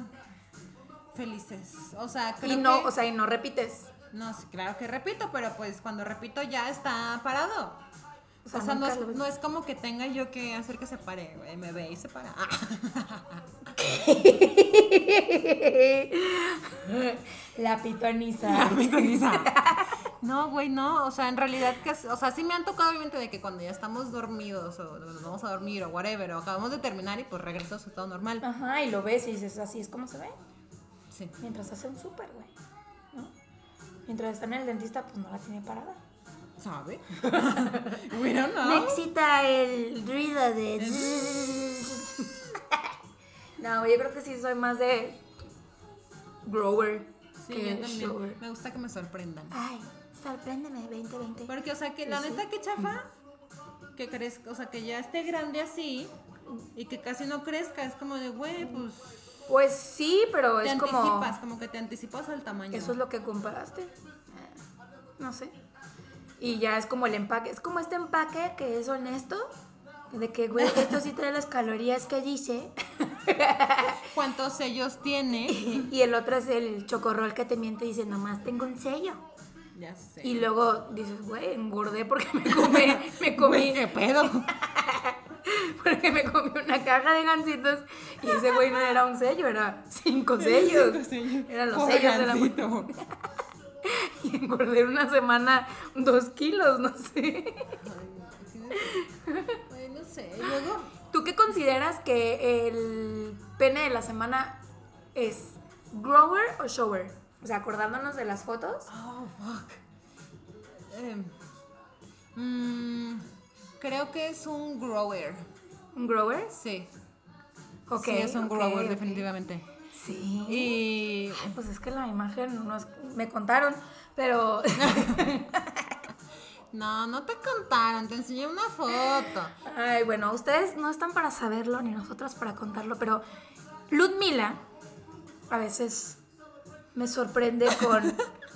Speaker 3: felices. O sea, creo
Speaker 1: Y no,
Speaker 3: que-
Speaker 1: o sea, y no repites.
Speaker 3: No, sí, claro que repito, pero pues cuando repito ya está parado.
Speaker 1: O
Speaker 3: O
Speaker 1: sea,
Speaker 3: sea, no,
Speaker 1: nunca
Speaker 3: es,
Speaker 1: lo ves.
Speaker 3: no es como que tenga yo que hacer que se pare, güey. Me ve y se para.
Speaker 1: La pitoniza.
Speaker 3: no, güey, no. O sea, en realidad, que, o sea, sí me han tocado obviamente de que cuando ya estamos dormidos o nos vamos a dormir o whatever, o acabamos de terminar y pues regreso a su estado normal.
Speaker 1: Ajá, y lo ves y dices, así es como se ve.
Speaker 3: Sí.
Speaker 1: Mientras hace un súper, güey. ¿No? Mientras está en el dentista, pues no la tiene parada.
Speaker 3: ¿Sabe? We don't
Speaker 4: Me
Speaker 3: know.
Speaker 4: excita el ruido de...
Speaker 1: No, yo creo que sí soy más de grower.
Speaker 3: Sí,
Speaker 1: que
Speaker 3: yo también.
Speaker 1: shower.
Speaker 3: Me gusta que me sorprendan.
Speaker 4: Ay, sorpréndeme, 2020.
Speaker 3: Porque, o sea, que la neta que chafa, que crezca, o sea, que ya esté grande así y que casi no crezca, es como de, güey, pues
Speaker 1: Pues sí, pero
Speaker 3: te
Speaker 1: es como...
Speaker 3: anticipas, como que te anticipas al tamaño.
Speaker 1: Eso es lo que comparaste. Ah, No sé. Y ya es como el empaque. Es como este empaque que es honesto. De que, güey, esto sí trae las calorías que dice.
Speaker 3: ¿Cuántos sellos tiene?
Speaker 1: Y el otro es el chocorrol que te miente y dice, nomás tengo un sello.
Speaker 3: Ya sé.
Speaker 1: Y luego dices, güey, engordé porque me comí, me comí,
Speaker 3: ¿Qué pedo?
Speaker 1: porque me comí una caja de gancitos. Y ese güey no era un sello, era cinco sellos. Eran los sellos de la
Speaker 3: Gansito.
Speaker 1: Y engordé en una semana dos kilos, no sé.
Speaker 3: Ay, no sé. Y luego,
Speaker 1: ¿Tú qué consideras que el pene de la semana es grower o shower? O sea, acordándonos de las fotos.
Speaker 3: oh, fuck. Em, mm, creo que es un grower.
Speaker 1: ¿Un grower?
Speaker 3: Sí.
Speaker 1: Ok.
Speaker 3: sí, es un
Speaker 1: ok,
Speaker 3: grower,
Speaker 1: ok.
Speaker 3: definitivamente.
Speaker 1: Sí.
Speaker 3: Y
Speaker 1: Pues es que la imagen no es- me contaron, pero
Speaker 3: No, no te contaron, te enseñé una foto.
Speaker 1: ay, bueno, ustedes no están para saberlo ni nosotras para contarlo, pero Ludmila a veces me sorprende con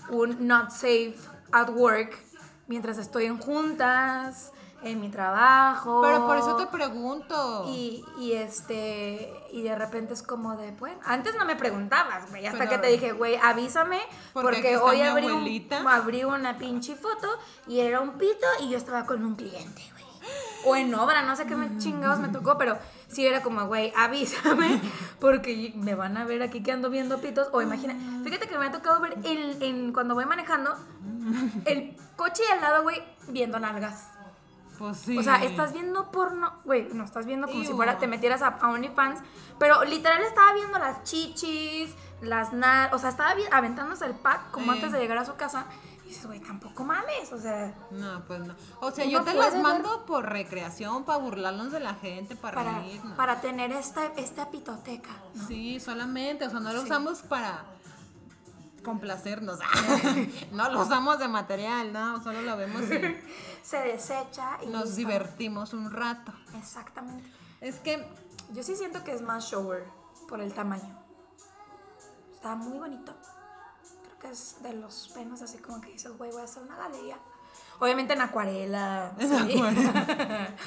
Speaker 1: un not safe at work mientras estoy en juntas, en mi trabajo.
Speaker 3: Pero por eso te pregunto.
Speaker 1: Oh. y, y este y de repente es como de bueno antes no me preguntabas güey hasta
Speaker 3: Pero-
Speaker 1: que te dije güey avísame
Speaker 3: Porque
Speaker 1: porque,
Speaker 3: aquí está
Speaker 1: hoy
Speaker 3: mi
Speaker 1: abrí, un-
Speaker 3: abuelita".
Speaker 1: abrí una pinche foto y era un pito y yo estaba con un cliente güey o en obra no sé qué me chingados me tocó pero sí era como güey avísame porque me van a ver aquí que ando viendo pitos o imagina fíjate que me ha tocado ver el, en cuando voy manejando el coche al lado güey viendo nalgas
Speaker 3: pues sí.
Speaker 1: o sea, estás viendo porno, güey, no estás viendo como si
Speaker 3: Ew.
Speaker 1: fuera te metieras a, a OnlyFans, pero literal estaba viendo las chichis, las nal, o sea, estaba vi- aventándose el pack como
Speaker 3: Sí.
Speaker 1: antes de llegar a su casa. Y dices, güey, tampoco mames, o sea,
Speaker 3: No, pues no. O sea,
Speaker 1: Uno
Speaker 3: yo te las
Speaker 1: puede ver-
Speaker 3: mando por recreación, para burlarnos de la gente, para,
Speaker 1: para,
Speaker 3: reírnos.
Speaker 1: para tener esta, esta pitoteca.
Speaker 3: Sí, solamente. O sea, no lo
Speaker 1: Sí.
Speaker 3: usamos para complacernos. no lo usamos de material, no. Solo lo vemos y
Speaker 1: Se desecha y
Speaker 3: nos
Speaker 1: listo.
Speaker 3: divertimos un rato.
Speaker 1: Exactamente.
Speaker 3: Es que,
Speaker 1: Yo sí siento que es más shower por el tamaño. Está muy bonito. Creo que es de los penas así como que dices, güey, voy a hacer una galería. Obviamente en acuarela.
Speaker 3: En
Speaker 1: sí.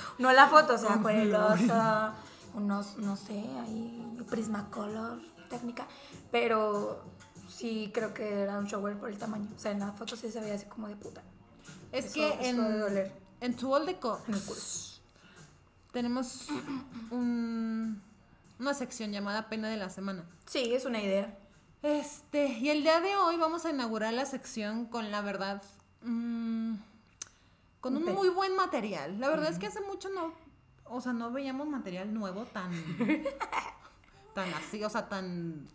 Speaker 1: no la foto, o sea,
Speaker 3: Con flores.
Speaker 1: acuarelosa. Unos, no sé, ahí prismacolor, técnica. Pero sí creo que era un shower por el tamaño. O sea, en la foto sí se veía así como de puta.
Speaker 3: es
Speaker 1: Eso-
Speaker 3: que
Speaker 1: eso debe
Speaker 3: en,
Speaker 1: doler.
Speaker 3: en tu old deco
Speaker 1: En el culo.
Speaker 3: tenemos un- una sección llamada Pena de la Semana.
Speaker 1: Sí, es una idea.
Speaker 3: Este, y el día de hoy vamos a inaugurar la sección con la verdad. mm, con un muy buen material. La verdad es que hace mucho no. O sea, no veíamos material nuevo tan. tan así, o sea, tan.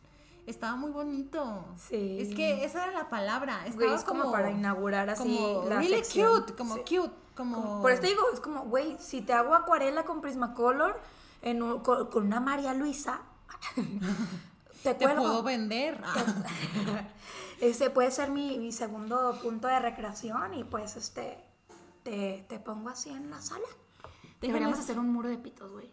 Speaker 3: Estaba muy bonito.
Speaker 1: Sí.
Speaker 3: Es que esa era la palabra.
Speaker 1: Güey,
Speaker 3: Estaba
Speaker 1: es como, para inaugurar así
Speaker 3: como
Speaker 1: la
Speaker 3: really
Speaker 1: sección.
Speaker 3: cute, como
Speaker 1: Sí.
Speaker 3: cute, como.
Speaker 1: Como- Por eso te digo, es como, güey, si te hago acuarela con Prismacolor, en un- con, con una María Luisa, te
Speaker 3: te puedo
Speaker 1: cuelgo.
Speaker 3: vender. Ah,
Speaker 1: Ese puede ser mi, mi segundo punto de recreación y pues este, te, te pongo así en la sala. Deberíamos hacer un muro de pitos, güey.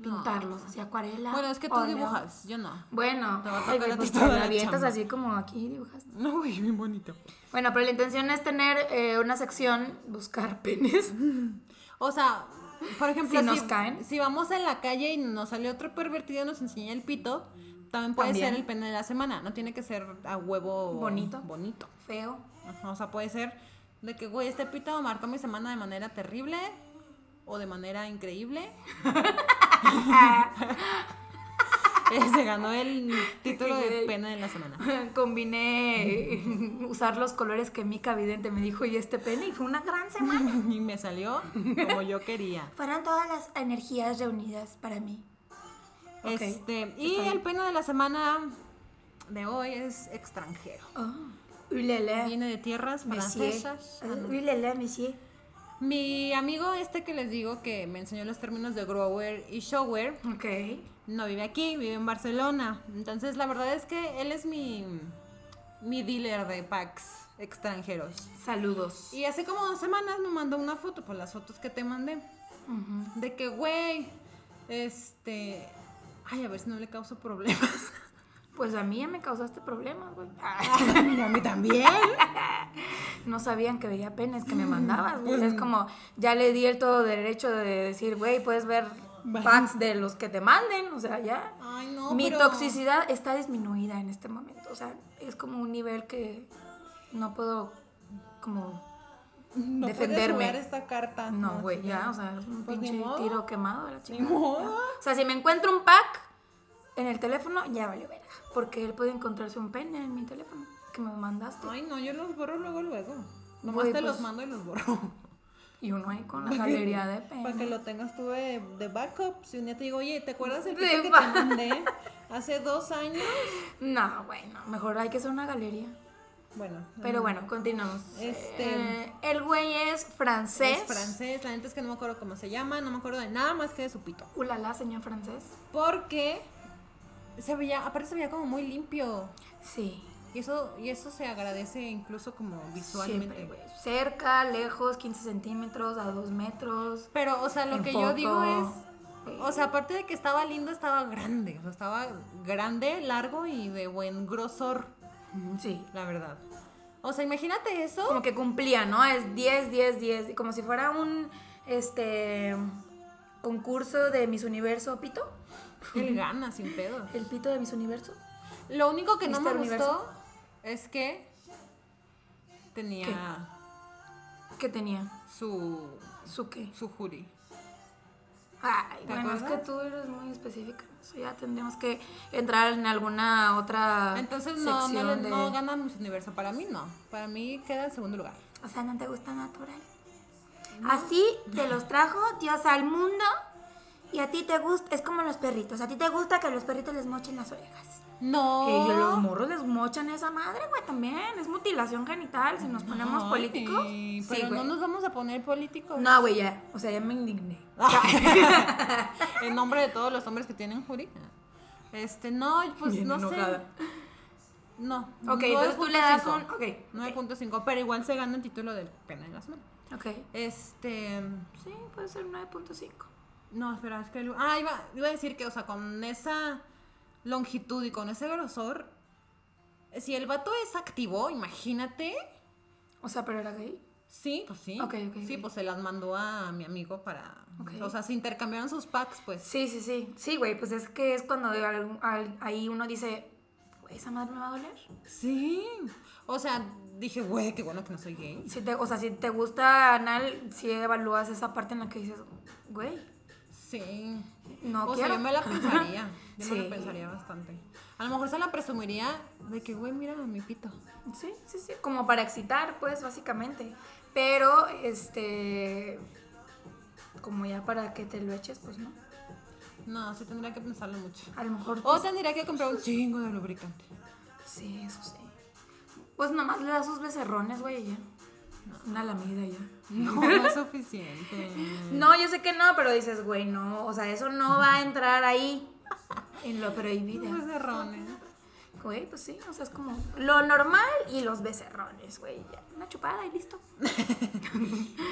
Speaker 1: pintarlos, así acuarela.
Speaker 3: Bueno, es que tú
Speaker 1: óleo.
Speaker 3: dibujas, yo no.
Speaker 1: Bueno,
Speaker 3: Te va a tocar
Speaker 1: ay, güey,
Speaker 3: a ti
Speaker 1: pues,
Speaker 3: toda
Speaker 1: te
Speaker 3: la
Speaker 1: avientas
Speaker 3: chamba.
Speaker 1: así como aquí dibujas.
Speaker 3: No, güey, bien bonito.
Speaker 1: Bueno, pero la intención es tener eh, una sección, buscar penes.
Speaker 3: O sea, por ejemplo,
Speaker 1: Si nos caen.
Speaker 3: si vamos en la calle y nos sale otro pervertido y nos enseña el pito, también puede
Speaker 1: También.
Speaker 3: ser el pene de la semana. No tiene que ser a huevo
Speaker 1: Bonito.
Speaker 3: Bonito.
Speaker 1: Feo.
Speaker 3: Ajá, o sea, puede ser de que, güey, este pito marcó mi semana de manera terrible o de manera increíble. Eh, Se ganó el título de
Speaker 1: Güey.
Speaker 3: pene de la semana.
Speaker 1: Combiné eh, usar los colores que Mica Vidente me dijo y este pene y fue una gran semana.
Speaker 3: Y me salió como yo quería.
Speaker 4: Fueron todas las energías reunidas para mí.
Speaker 1: Ok,
Speaker 3: Este, y el pene de la semana de hoy es extranjero.
Speaker 4: Ulala.
Speaker 3: Viene de tierras
Speaker 4: Monsieur.
Speaker 3: francesas.
Speaker 4: Ah, Ulala, monsieur.
Speaker 3: Mi amigo este que les digo que me enseñó los términos de grower y shower,
Speaker 1: Ok.
Speaker 3: no vive aquí, vive en Barcelona. Entonces la verdad es que él es mi, mi dealer de packs extranjeros.
Speaker 1: Saludos.
Speaker 3: Y hace como dos semanas me mandó una foto, por las fotos que te mandé. De que, güey, este... Ay, a ver si no le causo problemas.
Speaker 1: Pues a mí ya me causaste problemas, güey.
Speaker 3: Y a mí también.
Speaker 1: No sabían que veía penes que me mandabas, güey.
Speaker 3: Pues,
Speaker 1: Es como, ya le di el todo derecho de decir, güey, puedes ver packs de los que te manden. O sea, ya.
Speaker 3: Ay, no,
Speaker 1: Mi
Speaker 3: pero-
Speaker 1: toxicidad está disminuida en este momento. O sea, es como un nivel que no puedo, como,
Speaker 3: No puedes
Speaker 1: defenderme.
Speaker 3: jugar esta carta.
Speaker 1: no, güey,
Speaker 3: sí,
Speaker 1: ya. O sea, es un
Speaker 3: Pues ni
Speaker 1: pinche
Speaker 3: modo.
Speaker 1: tiro quemado. a La
Speaker 3: Ni
Speaker 1: chingada,
Speaker 3: modo.
Speaker 1: ya. O sea, si me encuentro un pack en el teléfono, ya vale verga. Porque él puede encontrarse un pene en mi teléfono que me mandaste.
Speaker 3: Ay, no, yo los borro luego, luego. Nomás
Speaker 1: Güey,
Speaker 3: te
Speaker 1: pues,
Speaker 3: los mando y los borro.
Speaker 1: Y uno ahí con la galería de
Speaker 3: Para que
Speaker 1: penes.
Speaker 3: lo tengas tú de, de backup. Si un día te digo, oye, ¿te acuerdas del
Speaker 1: De
Speaker 3: pito que te
Speaker 1: ba-
Speaker 3: mandé hace dos años?
Speaker 1: No, bueno, mejor hay que hacer una galería.
Speaker 3: Bueno,
Speaker 1: Pero bueno, continuamos.
Speaker 3: Este-
Speaker 1: Eh, el güey es francés.
Speaker 3: es francés. La neta es que no me acuerdo cómo se llama, no me acuerdo de nada más que de su pito.
Speaker 1: Ulala, señor francés.
Speaker 3: Porque se veía, aparte se veía como muy limpio.
Speaker 1: Sí.
Speaker 3: Y eso, y eso se agradece incluso como visualmente.
Speaker 1: Siempre, güey. Cerca, lejos, 15 centímetros, a 2 metros.
Speaker 3: Pero, o sea, lo
Speaker 1: En
Speaker 3: que yo digo es.
Speaker 1: foto.
Speaker 3: O sea, aparte de que estaba lindo, estaba grande. O sea, estaba grande, largo y de buen grosor,
Speaker 1: Sí.
Speaker 3: la verdad. O sea, imagínate eso.
Speaker 1: Como que cumplía, ¿no? Es 10, 10, 10. Como si fuera un este concurso de Miss Universo Pito.
Speaker 3: Él gana, sin pedo.
Speaker 1: El pito de Miss Universo.
Speaker 3: Lo único que no me
Speaker 1: Mister
Speaker 3: gustó
Speaker 1: Universo.
Speaker 3: es que tenía
Speaker 1: ¿Qué tenía?
Speaker 3: su.
Speaker 1: ¿Su qué?
Speaker 3: su jury.
Speaker 1: Ay,
Speaker 3: ¿Te
Speaker 1: bueno, es que
Speaker 3: acuerdas?
Speaker 1: tú eres muy específica. en Eso ya tendríamos que entrar en alguna otra
Speaker 3: Entonces no, no, le-
Speaker 1: Ah, sección de-
Speaker 3: no gana Miss Universo. Para mí no. Para mí queda en segundo lugar.
Speaker 4: O sea, no te gusta natural. Así te los trajo Dios al mundo y a ti te gusta, es como los perritos, a ti te gusta que a los perritos les mochen las orejas.
Speaker 3: No.
Speaker 1: Que los morros les mochan esa madre, güey, también. Es mutilación genital si nos ponemos
Speaker 3: Ay,
Speaker 1: políticos.
Speaker 3: Pero no
Speaker 1: güey.
Speaker 3: nos vamos a poner políticos.
Speaker 1: No, güey, ya. O sea, ya me indigné.
Speaker 3: en nombre de todos los hombres que tienen jury. Este, no, pues
Speaker 1: Bien
Speaker 3: no
Speaker 1: enojada.
Speaker 3: sé. No.
Speaker 1: Ok, entonces tú le das
Speaker 3: 9.5.
Speaker 1: un. Ok.
Speaker 3: 9.5, pero igual se gana el título del pena de la semana.
Speaker 1: Ok.
Speaker 3: Este,
Speaker 1: Sí, puede ser un 9.5.
Speaker 3: no, espera, es que el- ah, iba, iba a decir que, o sea, con esa longitud y con ese grosor, si el vato es activo, imagínate.
Speaker 1: O sea, pero era gay.
Speaker 3: Sí, pues sí.
Speaker 1: Ok, ok,
Speaker 3: sí,
Speaker 1: ok.
Speaker 3: pues se las mandó a mi amigo para,
Speaker 1: Ok.
Speaker 3: o sea, se intercambiaron sus packs, pues.
Speaker 1: Sí, sí, sí. Sí, güey, pues es que es cuando de algún- al- ahí uno dice, güey, esa madre me va a doler.
Speaker 3: Sí. O sea, dije, güey, qué bueno que no soy gay.
Speaker 1: Si te, o sea, si te gusta anal, si evalúas esa parte en la que dices, güey,
Speaker 3: Sí.
Speaker 1: No
Speaker 3: o
Speaker 1: quiero.
Speaker 3: sea, yo me la pensaría. Yo me
Speaker 1: Sí.
Speaker 3: la pensaría bastante. A lo mejor se la presumiría de que, güey, mira mi pito.
Speaker 1: Sí, sí, sí. Como para excitar, pues, básicamente. Pero, este. Como ya para que te lo eches, pues no.
Speaker 3: No, sí tendría que pensarlo mucho.
Speaker 1: A lo mejor.
Speaker 3: O
Speaker 1: pues,
Speaker 3: tendría que comprar un chingo de lubricante.
Speaker 1: sí, eso sí. Pues nomás le das sus becerrones, güey, y ya. Una lamida y ya.
Speaker 3: No, no es suficiente.
Speaker 1: No, yo sé que no, pero dices, güey, no. O sea, eso no va a entrar ahí. En lo prohibido.
Speaker 3: Los errones.
Speaker 1: Güey, pues sí. O sea, es como lo normal y los becerrones, güey. ya. Una chupada y listo.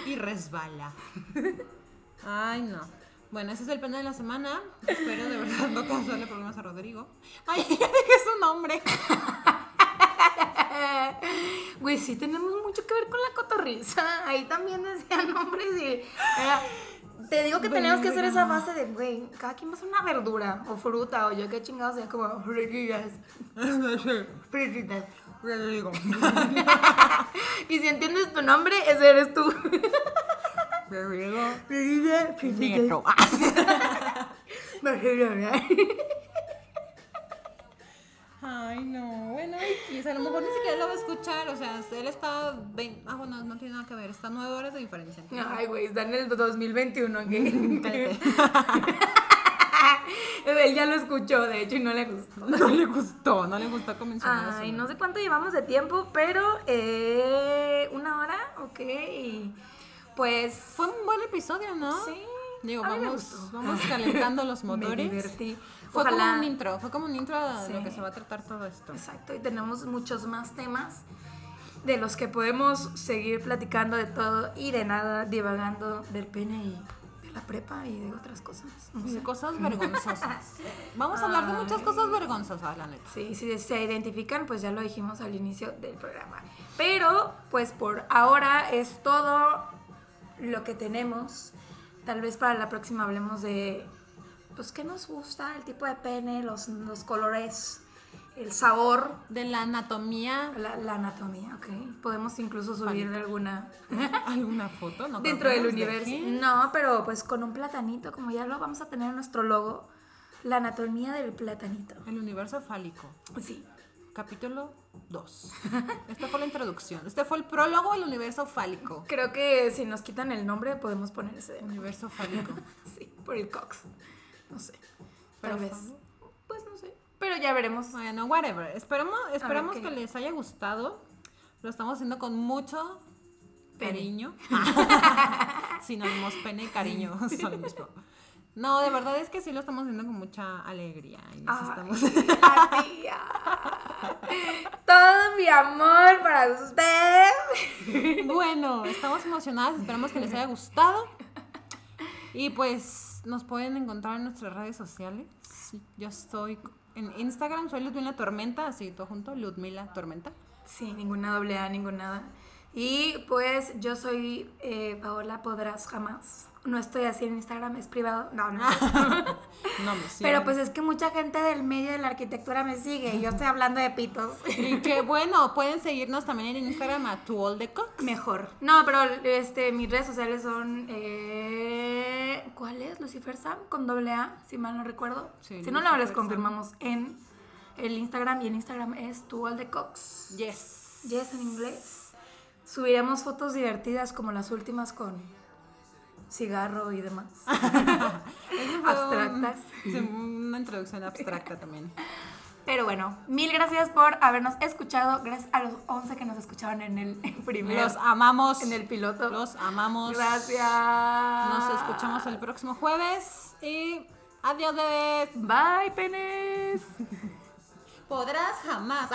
Speaker 3: Y resbala. Ay, no. Bueno, ese es el pene de la semana. Espero de verdad no causarle problemas a Rodrigo. Ay, ya dije su nombre.
Speaker 1: Güey, sí tenemos mucho que ver con la cotorriza. Ahí también decían nombres y... era- te digo que tenemos que hacer esa base de, güey, cada quien va a hacer una verdura o fruta o yo qué chingados, ya como frutillas, frutillas.
Speaker 3: Rodrigo.
Speaker 1: Y si entiendes tu nombre, ese eres tú.
Speaker 3: Rodrigo.
Speaker 1: Frutillas, frutillas.
Speaker 3: Nieto. Ah. Ay, no, bueno, X, a lo mejor ni siquiera lo va a escuchar, o sea, él está, vein- ah, bueno, no tiene nada que ver, está nueve horas de diferencia.
Speaker 1: Ay, güey, está en el 2021, ¿ok?
Speaker 3: Cállate.
Speaker 1: Él ya lo escuchó, de hecho, y no le gustó.
Speaker 3: No le gustó, no le gustó convencional.
Speaker 1: Ay, no sé cuánto llevamos de tiempo, pero eh, una hora, ok. y Pues
Speaker 3: Fue un buen episodio, ¿no?
Speaker 1: Sí,
Speaker 3: Digo,
Speaker 1: a mí me
Speaker 3: vamos,
Speaker 1: gustó.
Speaker 3: vamos calentando los
Speaker 1: me
Speaker 3: motores.
Speaker 1: divertí.
Speaker 3: Fue
Speaker 1: Ojalá-
Speaker 3: como un intro, fue como un intro a
Speaker 1: Sí.
Speaker 3: lo que se va a tratar todo esto.
Speaker 1: Exacto, y tenemos muchos más temas de los que podemos seguir platicando de todo y de nada, divagando del pene y de la prepa y de otras cosas. no
Speaker 3: Y
Speaker 1: sé.
Speaker 3: Cosas vergonzosas. Vamos a hablar de muchas cosas vergonzosas, la neta.
Speaker 1: Sí, si se identifican, pues ya lo dijimos al inicio del programa. Pero, pues por ahora es todo lo que tenemos. Tal vez para la próxima hablemos de, pues, qué nos gusta, el tipo de pene, los, los colores, el sabor,
Speaker 3: De la anatomía,
Speaker 1: la, la anatomía, ¿ok? Podemos incluso subir alguna
Speaker 3: alguna foto, ¿no?
Speaker 1: dentro
Speaker 3: creo que
Speaker 1: del
Speaker 3: nos
Speaker 1: universo.
Speaker 3: dejen.
Speaker 1: No, pero pues con un platanito, como ya lo vamos a tener en nuestro logo, la anatomía del platanito.
Speaker 3: El universo fálico.
Speaker 1: Sí.
Speaker 3: Capítulo 2. Esta fue la introducción. Este fue el prólogo al universo fálico.
Speaker 1: Creo que si nos quitan el nombre podemos poner ese de nuevo.
Speaker 3: Universo fálico.
Speaker 1: Sí, por el Cox. No sé.
Speaker 3: Pero
Speaker 1: Tal vez.
Speaker 3: fue-
Speaker 1: Pues no sé. Pero ya veremos.
Speaker 3: Bueno, whatever. Esperamos, esperamos
Speaker 1: ok.
Speaker 3: que les haya gustado. Lo estamos haciendo con mucho
Speaker 1: Pene.
Speaker 3: cariño. Sinónimos pene y cariño son lo mismo. No, de verdad es que sí lo estamos haciendo con mucha alegría. Y nos
Speaker 1: Ay,
Speaker 3: estamos-
Speaker 1: la tía. Todo mi amor para usted.
Speaker 3: Bueno, estamos emocionadas, esperamos que les haya gustado. Y pues nos pueden encontrar en nuestras redes sociales. Yo estoy en Instagram, soy Ludmila Tormenta, así todo junto, Ludmila Tormenta.
Speaker 1: Sí, ninguna doble A, ninguna nada. Y pues yo soy eh, Paola Podrás Jamás. No estoy así en Instagram, es privado. No, no. es cierto.
Speaker 3: No me siguen.
Speaker 1: Pero pues es que mucha gente del medio de la arquitectura me sigue. y Yo estoy hablando de pitos.
Speaker 3: Y que bueno, pueden seguirnos también en Instagram a To All The Cock.
Speaker 1: Mejor. No, pero este, mis redes sociales son. Eh, ¿Cuál es? Lucifer Sam con doble A, si mal no recuerdo.
Speaker 3: Sí,
Speaker 1: si no, no les
Speaker 3: Lucifer Sam.
Speaker 1: confirmamos en el Instagram. Y el Instagram es tu all the Cox.
Speaker 3: Yes.
Speaker 1: Yes en inglés. Subiremos fotos divertidas como las últimas con cigarro y demás. Abstractas.
Speaker 3: Sí, una introducción abstracta también.
Speaker 1: Pero bueno, mil gracias por habernos escuchado. Gracias a los 11 que nos escucharon en el primero.
Speaker 3: Los amamos.
Speaker 1: en el piloto.
Speaker 3: Los amamos.
Speaker 1: Gracias.
Speaker 3: Nos
Speaker 1: Ah.
Speaker 3: escuchamos el próximo jueves y adiós bebés.
Speaker 1: Bye, penes.
Speaker 3: Podrás jamás.